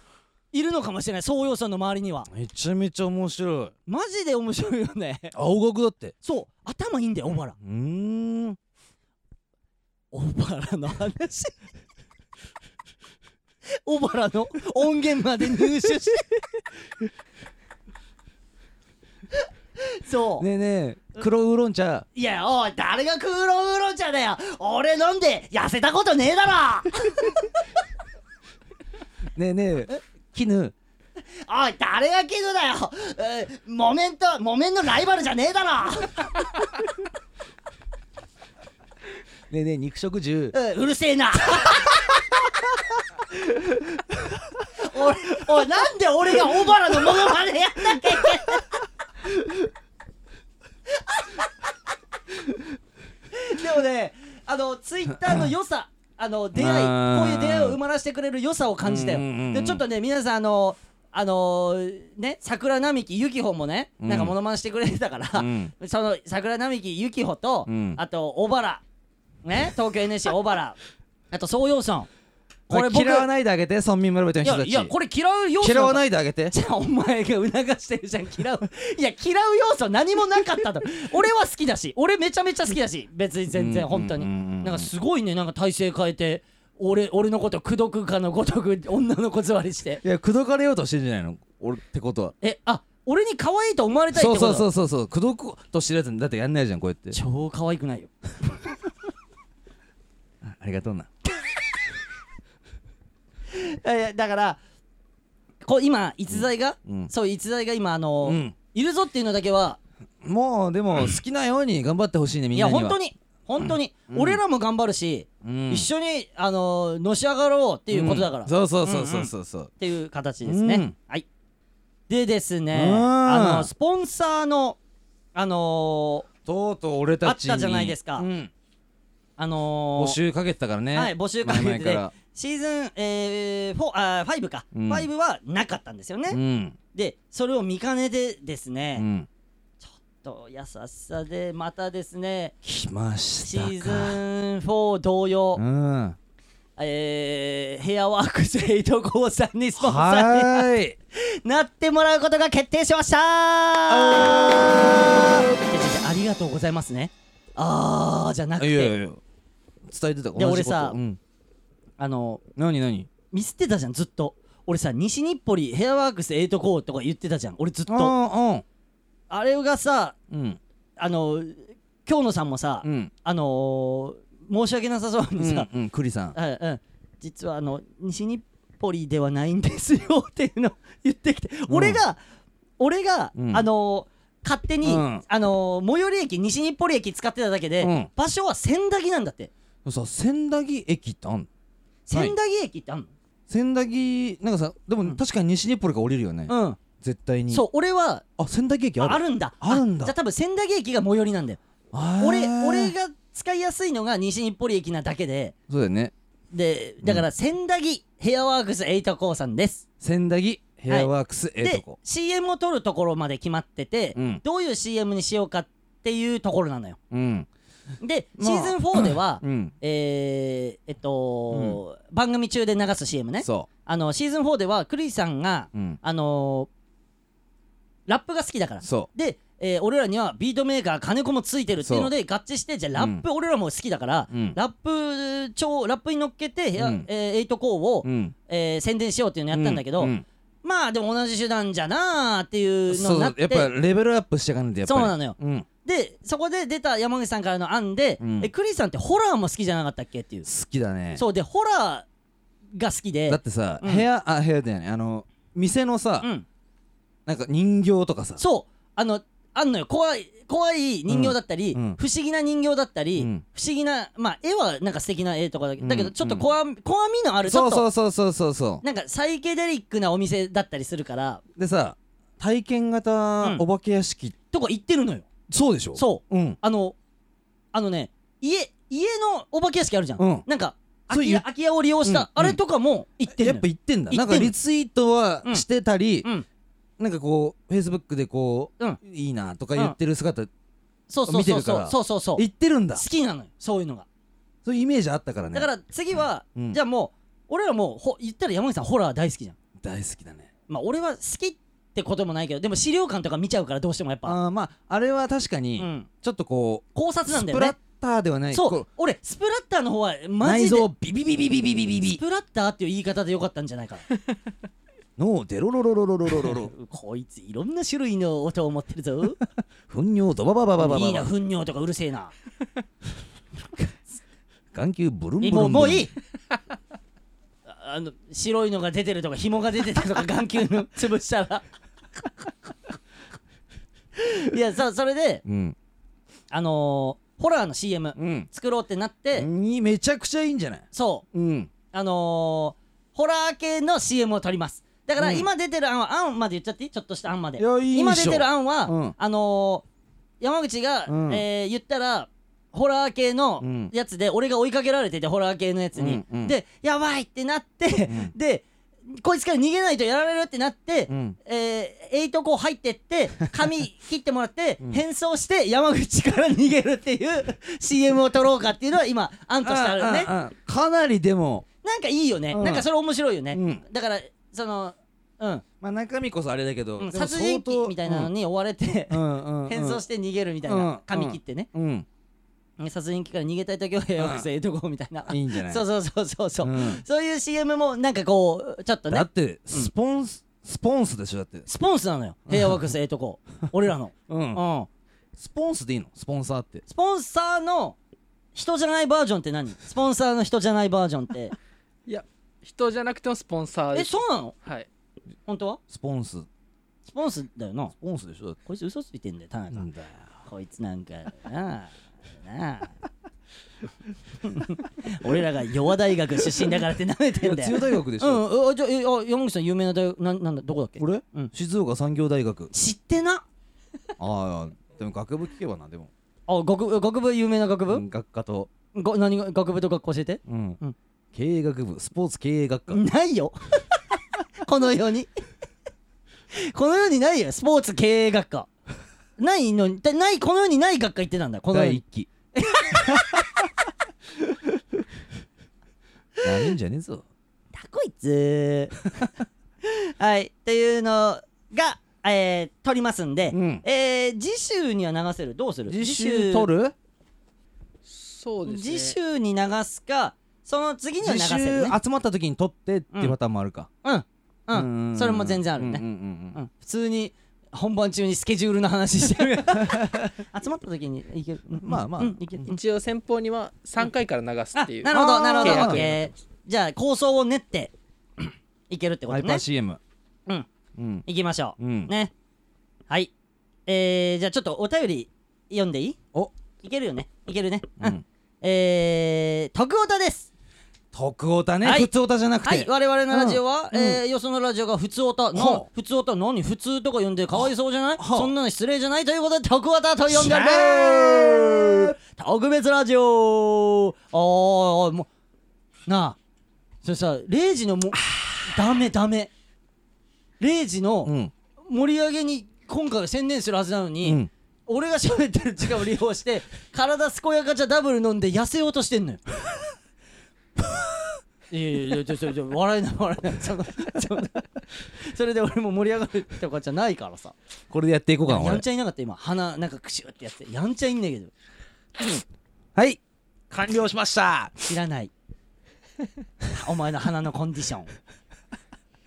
いるのかもしれない総陽村の周りにはめちゃめちゃ面白いマジで面白いよね青学だってそう頭いいんだよ小原うーん小原の話 小原の音源まで入手してそう、ねえねえ黒ウーロン茶いやおい誰がクーロンウーロン茶だよ俺飲んで痩せたことねえだろねえねえ絹おい誰がキドだよ、えー、モメントモメンのライバルじゃねえだろ、ねえねえ肉食獣うんうるせえな おいおいなんで俺が小原のモノマネやんなきゃいけ ないでもね、あのツイッターの良さ、あの出会い、あーこういう出会いを生まらせてくれる良さを感じたよ。うんうんうんうんで、ちょっとね、皆さん、あの、あのね、桜並木由紀穂もね、うんなんかモノマネしてくれてたから、うんその桜並木由紀穂と、うんあと小原、ね、東京 NSC 小原、あと宗陽さん。これ僕、嫌わないであげて村民村人のい人やたちいや、これ嫌う要素嫌わいないであげ てじゃあお前が促してるじゃん嫌ういや嫌う要素何もなかったと 俺は好きだし俺めちゃめちゃ好きだし別に全然うん本当うんうんうにんなんかすごいねなんか体勢変えて俺俺のこと口説くかのごとく女の子座りしていや口説かれようとしてんじゃないの俺ってことはえあ俺に可愛いと思われたいってこそうとそうそうそうそう口説こうとしてるやつにだってやんないじゃんこうやって超可愛くないよあありがとうないやいやだからこう今逸材が、うんそう逸材が今あの、うんいるぞっていうのだけはもうでも好きなように頑張ってほしいねみいんなやには本当に本当に、俺らも頑張るし、うん一緒にあののし上がろうっていうことだから、うんそうそうそうそうそうそうっていう形ですね。うんはい。でですね、うんあのスポンサーのあのとうとう俺たちにあったじゃないですかうんー、あのー募集かけてたからねはい募集会前で々からシーズン、えー、フォーあー5か、うん5はなかったんですよね、うんでそれを見かねてですねう、んと優しさでまたですね来ましシたかーズン4同様、うんえー、ヘアワークスヘイトコーさんにスポンサーはー いに なってもらうことが決定しましたいやちょっとありがとうございますねあーじゃなくていやいやいや伝えてたで俺さうん、あの何何ミスってたじゃんずっと俺さ西日暮里ヘアワークス8コーとか言ってたじゃん俺ずっとああれがさうんうんあの京野さんもさ、うんあのー、申し訳なさそうにさ、うんうん栗さんうんうん、実はあの西日暮里ではないんですよっていうのを言ってきて、俺が俺が、うんあのー勝手に、うんあのー最寄り駅西日暮里駅使ってただけで、うん場所は千駄木なんだってさ千駄木駅ってあんのはい千駄木駅ってあんの、千駄木なんかさでも確かに西日暮里から降りるよね、うん絶対にそう俺はあ仙台駅あるあるんだあるんだじゃあ多分千駄木駅が最寄りなんだよあー俺俺が使いやすいのが西日暮里駅なだけでそうだよねでだから千駄木ヘアワークスエイトコーさんです千駄木ヘアワークスええとでこ、 CM を撮るところまで決まってて、うんどういう CM にしようかっていうところなのようんで、まあシーズン4では、うんえー、えっと、番組中で流す CM ねそあのシーズン4ではクリさんが、ううんあのーラップが好きだからそで、えー俺らにはビートメーカー金子もついてるっていうので合致してじゃあラップ、俺らも好きだから、うんラップ超ラップに乗っけて、ヘアうんえー、8コーを、ううんえー宣伝しようっていうのやったんだけど、ううんまあでも同じ手段じゃなーっていうのそにうなってやっぱレベルアップしていかないとやっぱりそうなのようん、でそこで出た山口さんからの案で、うんえクリさんってホラーも好きじゃなかったっけっていう、好きだねそうでホラーが好きでだってさ、うん部屋あ部屋じゃないあの店のさ、うん、なんか人形とかさそうあのあんのよ怖い怖い人形だったり、うんうん不思議な人形だったり、うん不思議なまあ絵はなんか素敵な絵とかだけど、うんだけどちょっと怖,、怖みのあるちょそっうとそうそうそうそうそなんかサイケデリックなお店だったりするからうでさ体験型んお化け屋敷、とか行ってるのよそうでしょそううんあのあのね家家のお化け屋敷あるじゃん、うんなんか空そうき言家う空き家を利用した、うんあれとかも行ってるやのっよぱ行ってんだ行なっんてんのかリツイートはうんしてたり、うんなんかこうフェイスブックでこう、うんいいなとか言ってる姿、そうそう見てそうるかそうらそうそうそう言ってるん好だきなのよそういうのがそういうイメージあったからねだから次は、うんじゃあもう俺らもうほ言ったら山口さんホラー大好きじゃん大好きだねまあ俺は好きってこともないけどでも資料館とか見ちゃうからどうしてもやっぱあーまああれは確かに、うんちょっとこう考察なんスだプよラねッターではないそこう俺スプラッターの方はマ内ジで臓ビビビビビビビビスビプラッターっていう言い方でよかったんじゃないかな脳デロロロロロロロロロこいついろんな種類の音を持ってるぞ糞尿ドババババババいいな糞尿とかうるせえな眼球ブルンブルンブルもうンもういいああの白いのが出てるとか紐が出てたとか眼球 の潰したらいやそうそれでうんあのーホラーの CM うん作ろうってなって、にめちゃくちゃいいんじゃないそううんあのーホラー系の CM を撮りますだからうん今出てる案は案まで言っちゃっていいちょっとした案までいやいいでしょ今出てる案は、うんあのー山口が、うんえー言ったらホラー系うのんやつで、俺が追いかけられててホラー系のやつに、うんうんでやばいってなって、 でこいつから逃げないとやられるってなって、うんえー、エイトこう入ってって髪切ってもらって、変装して山口から逃げるっていう CM を撮ろうかっていうのは今案としてあるよねあああかなりでもなんかいいよね、うんなんかそれ面白いよね、うんだからそのうん、まあ中身こそあれだけどうんでも殺人鬼みたいなのに追われて、相当うんうんう ん変装して逃げるみたいな、うん髪切ってね、うん殺人鬼から逃げたい時はよくせえとこみたいな、いいんじゃないそうそうそうそうそう、うんそういう CM もなんかこうちょっとだねってスポンススポンスでしょだってスポンスなのよ平和学生ええとこ俺らのうんうんスポンスでいいのスポンサーってスポンサーの人じゃないバージョンって何スポンサーの人じゃないバージョンっていや人じゃなくてもスポンサーえですそうなのはい本当はスポンスススポンスだよなポンスでしょだってこいつ嘘ついてんだよ田中なんだよこいつなんかなあなあ 俺らが弱大学出身だからって舐めてんだ強よ大学でしうょんあじゃあえあ山口さん有名な大学なんなんだどこだっけこれうん静岡産業大学知ってなああでも学部聞けばなでもあ学学部有名な学文部、学科とご何が学部とか教えてうんうん経営学部スポーツ経営学科ないよ この世に この世にないよスポーツ経営学科ないのにだないこの世にない学科行ってたんだこの世第一に期 なめんじゃねえぞだこい つはいっていうのがえー、撮りますんで、うんえー、次週には流せるどうする次週撮るそうですね次週に流すかその次には流次せ週る、ね、集まった時に撮ってっていうパターンもあるかうんううんんそれも全然あるね、うんうんうんうん普通に本番中にスケジュールの話して る集まった時にいけるうんまあまあうんいけるうん一応先方には3回から流すあっていうなるほどあーなるほど契約 OK じゃあ構想を練っていけるってこハとイパねー CM うんうんいきましょう、うんねはいえー、じゃあちょっとお便り読んでいいおいけるよねいけるねう、うんんえー、徳太です徳オタねはい普通オタじゃなくはいて我々のラジオは、うんえーよそのラジオが普通オタのほ普通オタ何普通とか呼んでかわいそうじゃないほうそんなの失礼じゃないということで特オタと呼んでおります特別ラジオあーもうなあそれさレイジ のもダメダメレイジうのん盛り上げに今回は専念するはずなのに、うん俺が喋ってる時間を利用して 体健やかじゃダブル飲んで痩せようとしてんの よいやいやいやちょちょちょ笑えない笑えないそのそのそれで俺も盛り上がるとかじゃないからさこれでやっていこうかなや俺んちゃいなかった今鼻なんかクシュってやってやんちゃいんだけどはい完了しました知らない お前の鼻のコンディション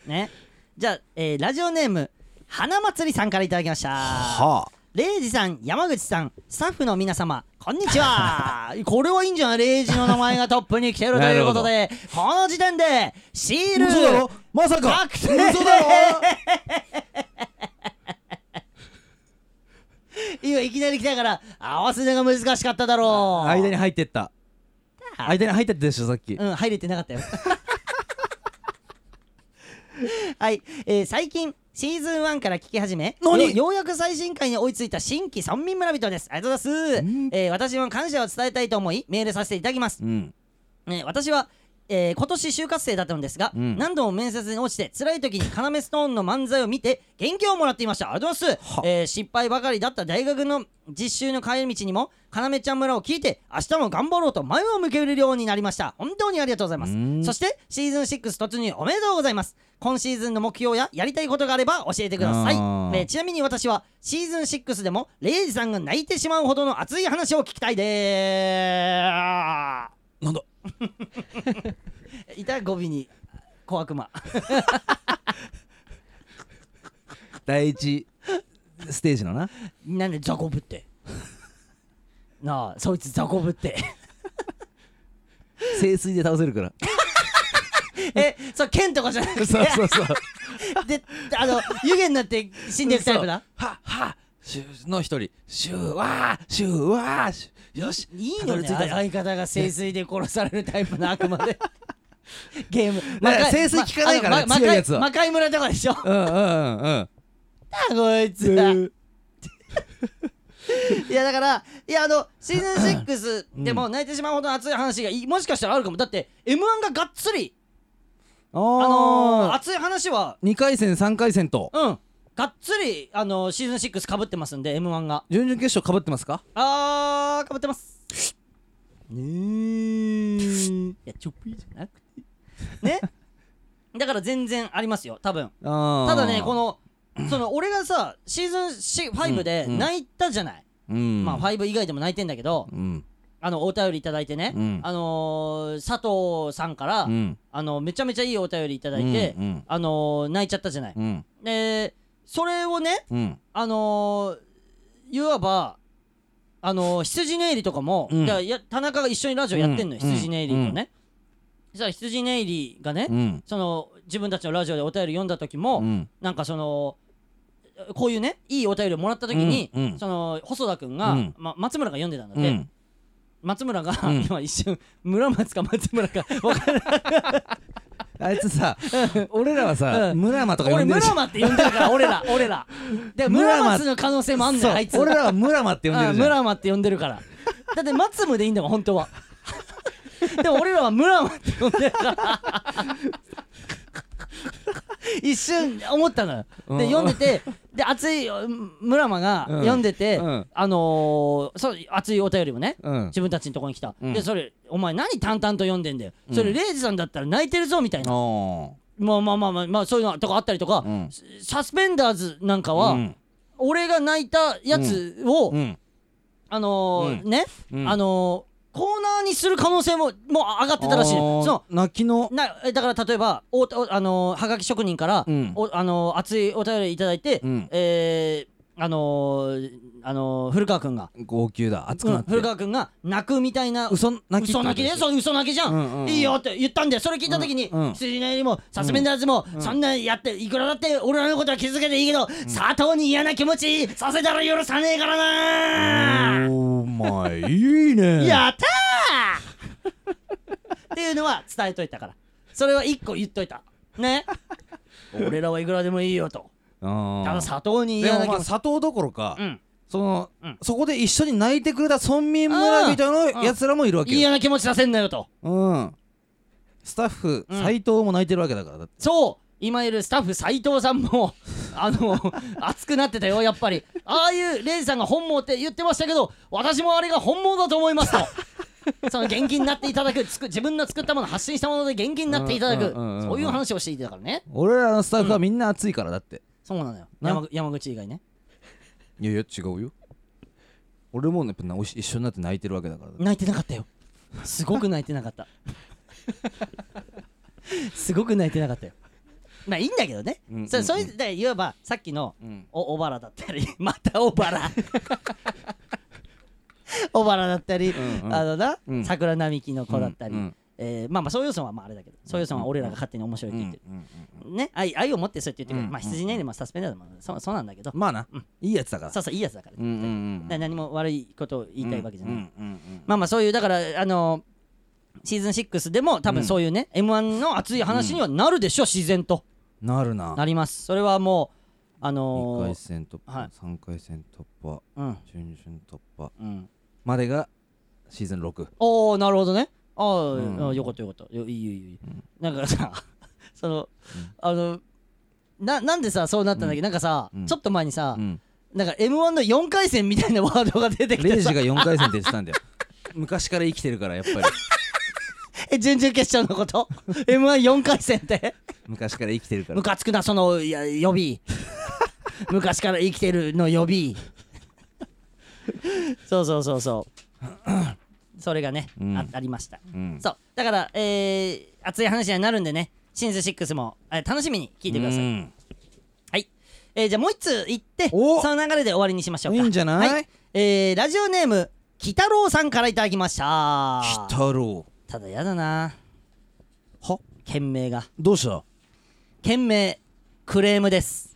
ねじゃあ、えーラジオネーム花祭りさんからいただきましたはレイジさん、山口さん、スタッフの皆様、こんにちは。 これはいいんじゃないレイジの名前がトップに来てるということで、この時点で、シーあル、嘘だろまさか確定嘘だ ろ今いきなり来たから、合わせるのが難しかっただろう。間に入ってった間に入ってったでしょさっきうん、入れてなかったよ。 はい、えー最近、シーズン1から聞き始め、よ何ようやく最新回に追いついた新規村民村人です。ありがとうございます。えー私も感謝を伝えたいと思い、メールさせていただきます。うんね、私は、えー今年就活生だったのですが、うん何度も面接に落ちて辛い時に要ストーンの漫才を見て元気をもらっていましたありがとうございますは、えー失敗ばかりだった大学の実習の帰り道にも要ちゃん村を聞いて明日も頑張ろうと前を向けるようになりました本当にありがとうございますうんそしてシーズン6突入おめでとうございます今シーズンの目標ややりたいことがあれば教えてください、あえーーちなみに私はシーズン6でもレイジさんが泣いてしまうほどの熱い話を聞きたいでーすなんだいた語尾に小悪魔第一ステージのななんでザコブってなあそいつザ コブって清水で倒せるからえそう剣とかじゃなくてそうそうそう であの湯気になって死んでいくタイプだははシューの一人シューわーシューわーシューよしいいたのどねり着いたぞ相方が清水で殺されるタイプの悪魔でゲームだから清水効かないからねまあのま強いやつは魔界魔界村とかでしょうんうんうんうんあこいつらいやだからいやあのシーズン6でも泣いてしまうほど熱い話がいもしかしたらあるかもだって m 1ががっつりああのーの熱い話は2回戦3回戦とうんがっつりあのシーズン6かぶってますんで m 1が準々決勝かぶってますかあーかぶってますねーいやちょっぴりじゃなくて ねだから全然ありますよ多分たただねこのその俺がさシーズンシ5でうんうん泣いたじゃない、のまあ5以外でも泣いてんだけど、うんあのお便りいただいてね、うんあのー、佐藤さんから、うんあのめちゃめちゃいいお便りいただいて、うんあのー、泣いちゃったじゃない、うんでそれをねうんあのー、いわばあのー、羊ネイリとかも、うんだからや田中が一緒にラジオやってんのよ、うん羊ネイリとね、じゃあ羊ネイリがね、うんその自分たちのラジオでお便り読んだ時も、うんなんかそのこういうねいいお便りをもらった時に、うんうんその細田君が、うんま、松村が読んでたんだっうて、ん松村が、う ん今一瞬村松か松村か分からないあいつさ俺らはさうん村 間とか呼俺んでるし村間って呼んでるから俺ら俺 らで村村松松の可能性もあんだそようあいつ俺らは村間って呼んであるじゃん村間って呼んでるからだって松村でいいんだもん本当は でも俺らは村間って呼んでるから 一瞬思ったのようんで読んでてで熱いうん村間がうん読んでて、うんあのー、そう熱いお便りもね、うん自分たちのとこに来た、うんでそれお前何淡々と読んでんだよ、そうれんレイジさんだったら泣いてるぞみたいな、おまあまあまあまあ、まあ、そういうのとかあったりとか、うんサスペンダーズなんかーは、うん俺が泣いたやつを、うんあのーうね、うんあのーコーナーにする可能性ももう上がってたらしいあーそ泣きのうなえだから例えばおおあのーはがき職人から、うんおあのー熱いお便りいただいて、うんえーあのーあのー古川君が、号泣だ熱くうなんって古川君が泣くみたいな嘘泣きっ嘘てこと泣きででしょそう嘘泣きじゃん,、うんうんうんいいよって言ったんでそれ聞いた時に、うんうん羊の襟もサスペンダーズも、そんなやっていくらだって俺らのことは気づけていいけど、佐藤に嫌な気持ちさせたら許さねえからなお前いいねやったーっていうのは伝えといたからそれは一個言っといた ね俺らはいくらでもいいよとうんただ佐藤にで嫌もな気まあ持ち佐藤どころかうんそのうんそこで一緒に泣いてくれた村民村人のやつらもいるわけ嫌よな気持ちさせんなよとうんスタッフうん斎藤も泣いてるわけだからだってそう今いるスタッフ斎藤さんも あの熱くなってたよやっぱりああいうレイジさんが本望って言ってましたけど私もあれが本望だと思います とその元気になっていただくつく自分の作ったもの発信したもので元気になっていただうくんうんうんうんうんそういう話をしていたからね俺らのスタッフはみんな熱いからだってそうなのよな山山口以外ねいやいや違うよ俺もやっぱなおし一緒になって泣いてるわけだからだ泣いてなかったよすごく泣いてな かったすごく泣いてなかったよまあいいんだけどね、うんうんうんそそういうだから言えばさっきのうんお小原だったり また小 原小原だったり、んうんあのな、うん桜並木の子だったり、うんうんえーまあまあそういう要素はまああれだけどそういう要素は俺らが勝手に面白いって言ってる、うんうんうんね愛愛を持ってそうやって言ってくる、うんまあ羊ねえでもサスペンダーでもそうそうなんだけど、まあな、いいやつだからそうそういいやつだから,、うんうんうん何も悪いことを言いたいわけじゃない、うんうんうんまあまあそういうだからあのシーズン6でも多分そういうね、m 1の熱い話にはなるでしょ、自然となるななりますそれはもうあ2の回ー、戦突破、はい3回戦突破うん準々突破うんまでがシーズン6おおなるほどねあー、うんあーよかったよかったよいいよいいよいい、なんかさ その、あのななんでさそうなったんだっけ、なんかさ、うんちょっと前にさ、うんなんか m 1の4回戦みたいなワードが出てきレてイジさが4回戦って言ってた んだよ昔から生きてるからやっぱりえ準々決勝のこと m 1 4回戦って昔から生きてるからムカつくなそのいや予 備昔から生きてるの予備そうそうそうそう それがね、うんあありました、うんそうだから、えー、熱い話にはなるんでねシンズ6も、えー楽しみに聞いてください、うんはい、えーじゃあもう一通いっておその流れで終わりにしましょうかいいんじゃないはえーラジオネーム鬼太郎さんからいただきました鬼太郎ただやだなは件名がどうした件名クレームです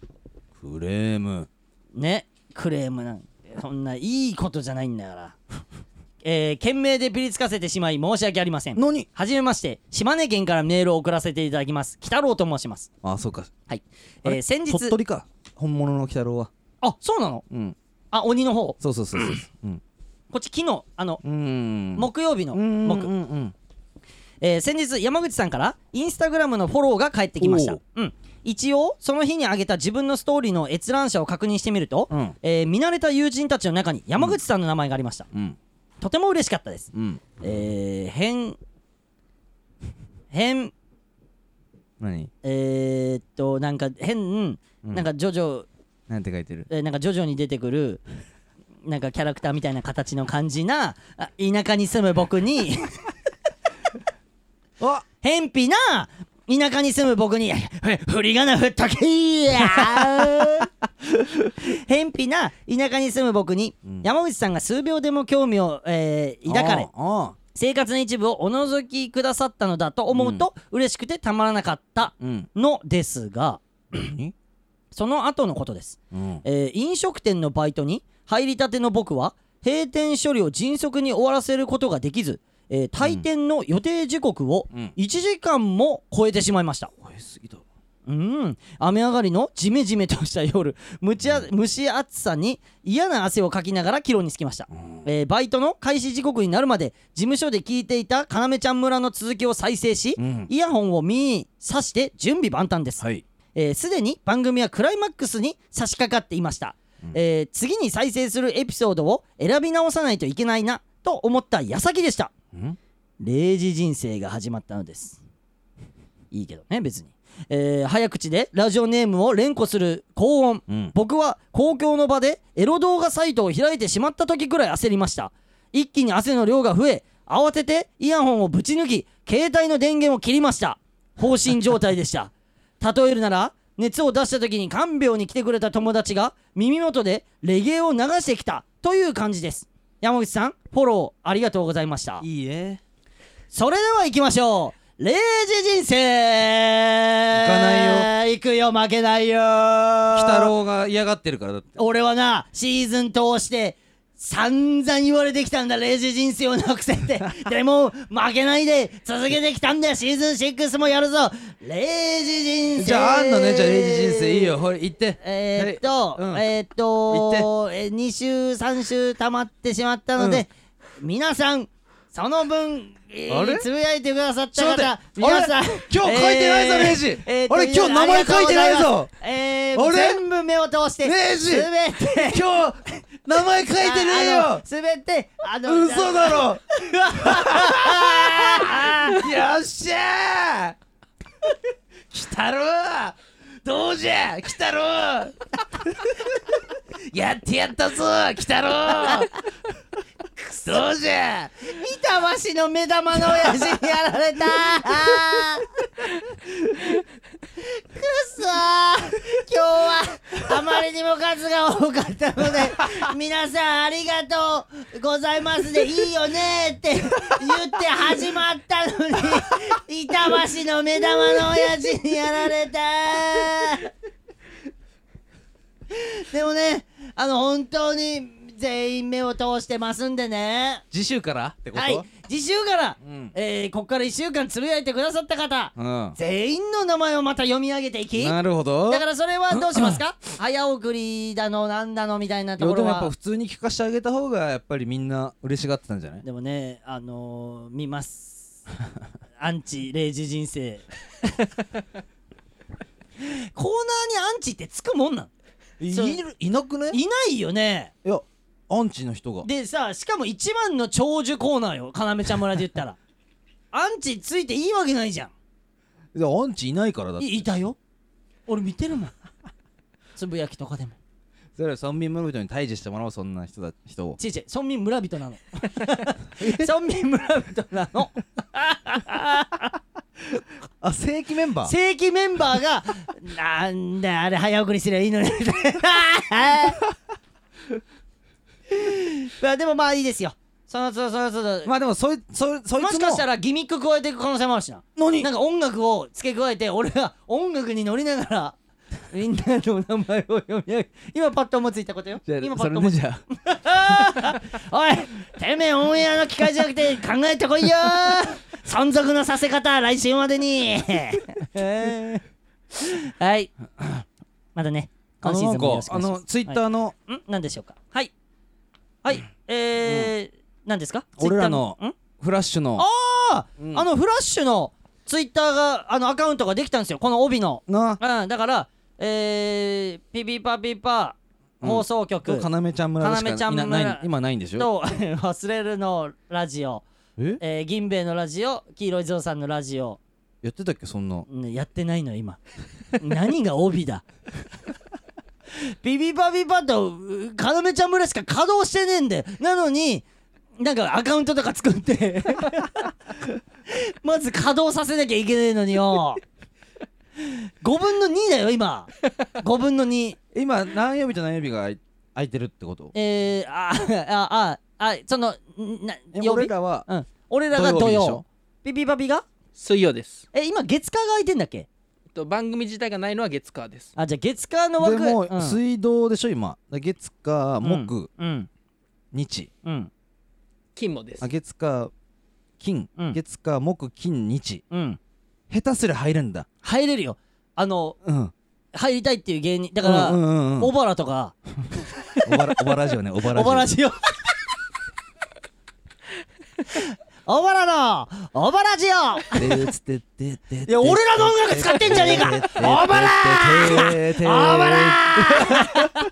クレームねクレームなんてそんないいことじゃないんだから えー、件名でピリつかせてしまい申し訳ありません何はじめまして島根県からメールを送らせていただきます鬼太郎と申しますあそうかはい、えあれー、先日鳥取か本物の鬼太郎はあそうなのうんあ鬼の方そうそうそうそう うんこっち昨日あのうん木曜日のうん木うんうんえー先日山口さんからインスタグラムのフォローが返ってきましたおう、うん、一応その日に上げた自分のストーリーの閲覧者を確認してみると、うんえー見慣れた友人たちの中に山口さんの名前がありました、うんとても嬉しかったです、うんえー、変変何えー、っとなんか変、なんかジョジョ、なんて書いてるえーなんかジョジョに出てくるなんかキャラクターみたいな形の感じなあ田舎に住む僕 にあ偏僻な田舎に住む僕に「ふ振り仮名振っとけーや!」 偏僻な田舎に住む僕に、山口さんが数秒でも興味を、えー抱かれああ生活の一部をお覗きくださったのだと思うと、嬉しくてたまらなかったうんのですが何その後のことです、うんえー飲食店のバイトに入りたての僕は閉店処理を迅速に終わらせることができず、えー退店の予定時刻をうん1時間も超えてしまいました超えすぎだろうん雨上がりのジメジメとした夜むちあ蒸し暑さに嫌な汗をかきながら帰路に着きました、えーバイトの開始時刻になるまで事務所で聞いていた要ちゃん村の続きを再生し、んイヤホンを耳に挿して準備万端です、はいえーすでに番組はクライマックスに差し掛かっていました、えー次に再生するエピソードを選び直さないといけないなと思った矢先でしたん0時人生が始まったのですいいけどね別に、えー早口でラジオネームを連呼する高音、うん僕は公共の場でエロ動画サイトを開いてしまった時くらい焦りました一気に汗の量が増え慌ててイヤホンをぶち抜き携帯の電源を切りました放心状態でした 例えるなら熱を出した時に看病に来てくれた友達が耳元でレゲエを流してきたという感じです山口さんフォローありがとうございましたいいえそれでは行きましょう0時人生行かないよ行くよ負けないよ鬼太北郎が嫌がってるからだって俺はなシーズン通して散々言われてきたんだ0時人生をなくせって でも負けないで続けてきたんだよシーズン6もやるぞ0時人生じゃああんのねじゃあ0時人生いいよほれ行ってえー、っと、はいうんえー、っと、えー、2週、3週溜まってしまったので、皆さん、その分、えーあれつぶやいてくださっちょたっと方待、っ皆てさんあれ、今日書いてないぞレイジとあれ今日名前書いてなあいぞりがとうござますえー、あれ全部目を通して、レイジすべて、今日名前 書いてねえよすべて、あの、嘘だろあーよっしゃー鬼太郎どうじゃ鬼太郎やってやったぞ鬼太郎どうじゃ板橋の目玉の親父にやられたくっそー今日はあまりにも数が多かったので皆さんありがとうございますでいいよねーって言って始まったのに板橋の目玉の親父にやられたでもねあの本当に全員目を通してますんでね次週からってこと、はい、次週から、うんえーここから1週間つぶやいてくださった方、う全員の名前をまた読み上げていきん、だなるほどからそれはどうしますか早送りだのなんだのみたいなといこやでろもやっぱは普通に聞かせてあげた方がやっぱりみんな嬉しがってたんじゃないでもねあのー見ます アンチ0時人生コーナーにアンチってつくもんなんいそうるいなくねいいないよねやアンチの人がでさしかも一番の長寿コーナーよ要ちゃん村で言った らアンチついていいわけないじゃんいやアンチいないからだっていいたよ俺見てるもん つぶやきとかでもそれは村民村人に退治してもらおうそんな人だ人をちいちい村民村人なの 村民村人なのあ正規メンバ ー正規メンバーがなんだよあれ早送りすりゃいいのに まあでもまあいいですよそのそのそのそのまあでもそいそいそいつももしかしたらギミック加えていく可能性もあるしな何なんか音楽を付け加えて俺は音楽に乗りながらみんなの名前を読み上げ今パッと思いついたことよじゃあ今パそッとれ思でいついじゃあおいてめえオンエアの機会じゃなくて考えてこ いよ存続のさせ方来週まで にえーはいまだねあ今のシーなズンんもよろかしくお願いしあますのツイッターのん何でしょうかはいはいえー、何ですか俺らの Twitter んフラッシュのあー、あのフラッシュのツイッターがあのアカウントができたんですよこの帯のなうんだからえー、ピピパピパ放送局、とかなめちゃん村でしかなめちゃんかい村なない今ないんでしょと 忘れるのラジオええー、銀兵衛のラジオ黄色いぞうさんのラジオ、やってたっけそんなねやってないの今 何が帯だビビバビバとうかなめちゃん村しか稼働してねえんだよなのになんかアカウントとか作って まず稼働させなきゃいけねえのによ5分の2だよ今5分の2今何曜日と何曜日が空い空いてるってことえー、ああああそのんなえ曜俺日らはうん、俺らが土土曜日でしょ曜ビビバビが水曜ですえ今月火が空いてんだっけえっと番組自体がないのは月火ですあじゃあ月火ので枠もうん水道でしょ今だ月火う木んうん日うん金もですあ月火金うん月火木金日うん下手すりゃ入るんだ入れるよあのうん入りたいっていう芸人だから、うんうんうん小原とかおばらおばラジオねおば小ラジオ原ジオ小原の小原ジオいいや俺らの音楽使ってんじゃねえか小原ー小原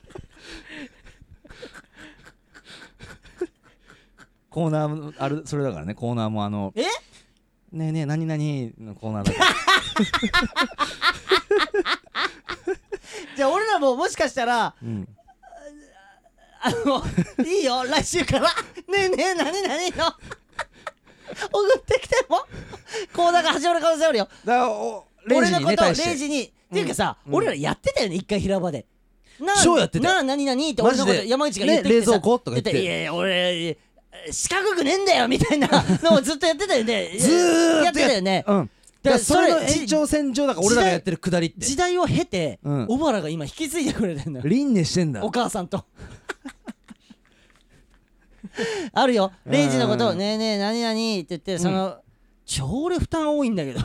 コーナーもあるそれだからねコーナーもあのえねえねえ何々のコーナーだからじゃあ俺らももしかしたらうんあのいいよ来週からねえねえ何何よ送ってきてもコーナーが始まる可能性あるよだからお0俺時のにこねとを対0して時に、っていうかさ、俺らやってたよね一回平場でなあ超やってたなあ何何って俺のこマとジで山口が言ってきてさ、ね冷蔵庫とか言っていやいや俺四角くねえんだよみたい なのをずっとやってたよねずーっとやってたよね、うんだからそれの延長線上だから俺らがやってるくだりって時代を経て、うん小原が今引き継いでくれてるのよ輪廻してんだお母さんと あるよレイジのことうを「んねえねえ何何?」って言ってその、超俺負担多いんだけ ど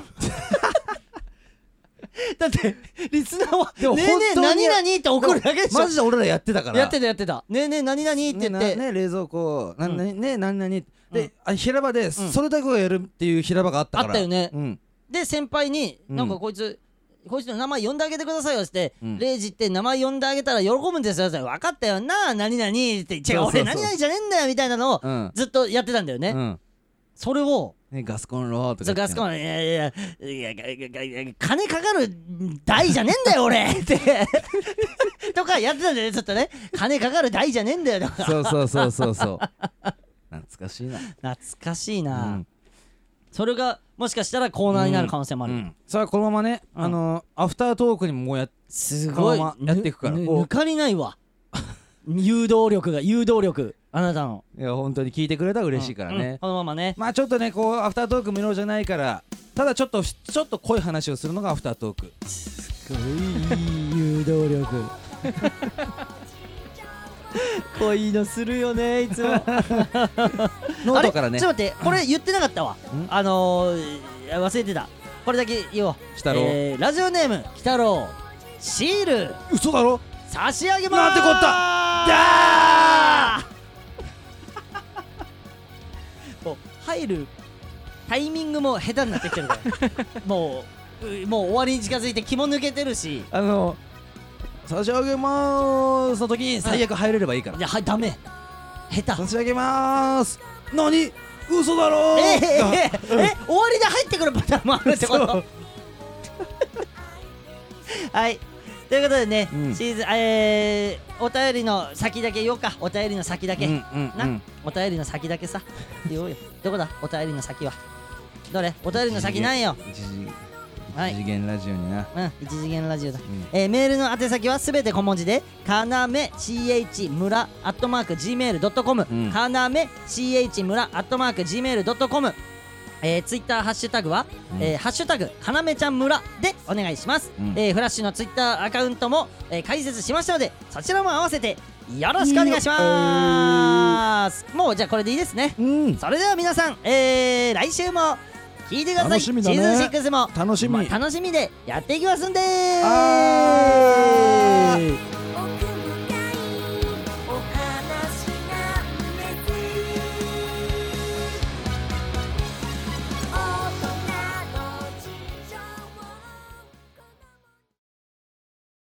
だってリスナーは「でもねえねえ本当に何何?」って怒るだけでしょマジで俺らやってたからやってたやってた「ねえねえ何何?」って言っねて、なね冷蔵庫ななね何々であ平場でそれだけをやるっていう平場があったからあったよねうんで先輩に「うんなんかこいつ、こいつの名前呼んであげてくださいよ」って、うんレイジって名前呼んであげたら喜ぶんですよ」って分かったよな何々」って「違うそうそうそう俺何々じゃねえんだよ」みたいなのをうんずっとやってたんだよね、うんそれをねガスコンロとそかうガスコンンロいやいやいやいやいやいやいや金かかる代じゃねえんだよ俺 ってとかやってたんだよねちょっとね金かかる代じゃねえんだよとかそうそうそうそうそう 懐かしいな懐かしいな、うんそれがもしかしたらコーナーになる可能性もあうる、んそれはこのままねうんあのアフタートークにももうやすこごのいままやっていくからぬぬこう抜かりないわ誘導力が誘導力あなたのいや本当に聞いてくれたら 嬉しいからうんねこのまま ねまあちょっとねこうアフタートーク無料じゃないからただちょっとちょっと濃い話をするのがアフタートークすごい誘導力 こいのするよねいつもノートからあれねちょっと待ってこれ言ってなかったわんあのー、いや忘れてたこれだけ言おう鬼太郎えーラジオネーム鬼太郎シール嘘だろ差し上げまーすなんてこった もう入るタイミングも下手になってきて るからもううもう終わりに近づいて気も抜けてるしあの差し上げまーすの時に最悪入れればいいからいやはいダメ下手差し上げまーす何嘘だろーえーえーえーえー終わりで入ってくるパターンもあるってこそとう はいということでね、うんシーズンえーお便りの先だけ言おうかお便りの先だけ、うんうんうなんお便りの先だけさ言おうよどこだお便りの先はどれお便りの先なんよ一時はい二次元ラジオになうん、一次元ラジオだ、えーメールの宛先はすべて小文字でかなめ CH 村アットマーク Gmail.com、うんかなめ CH 村アットマーク Gmail.com えー、ツイッターハッシュタグは、えーハッシュタグかなめちゃん村でお願いします、うんえーフラッシュのツイッターアカウントも、えー解説しましたのでそちらも合わせてよろしくお願いしますもうじゃあこれでいいですねうんそれでは皆さん、えー来週も聞いてください楽しみだねシーズン6も楽しみまあ楽しみでやっていきますんであー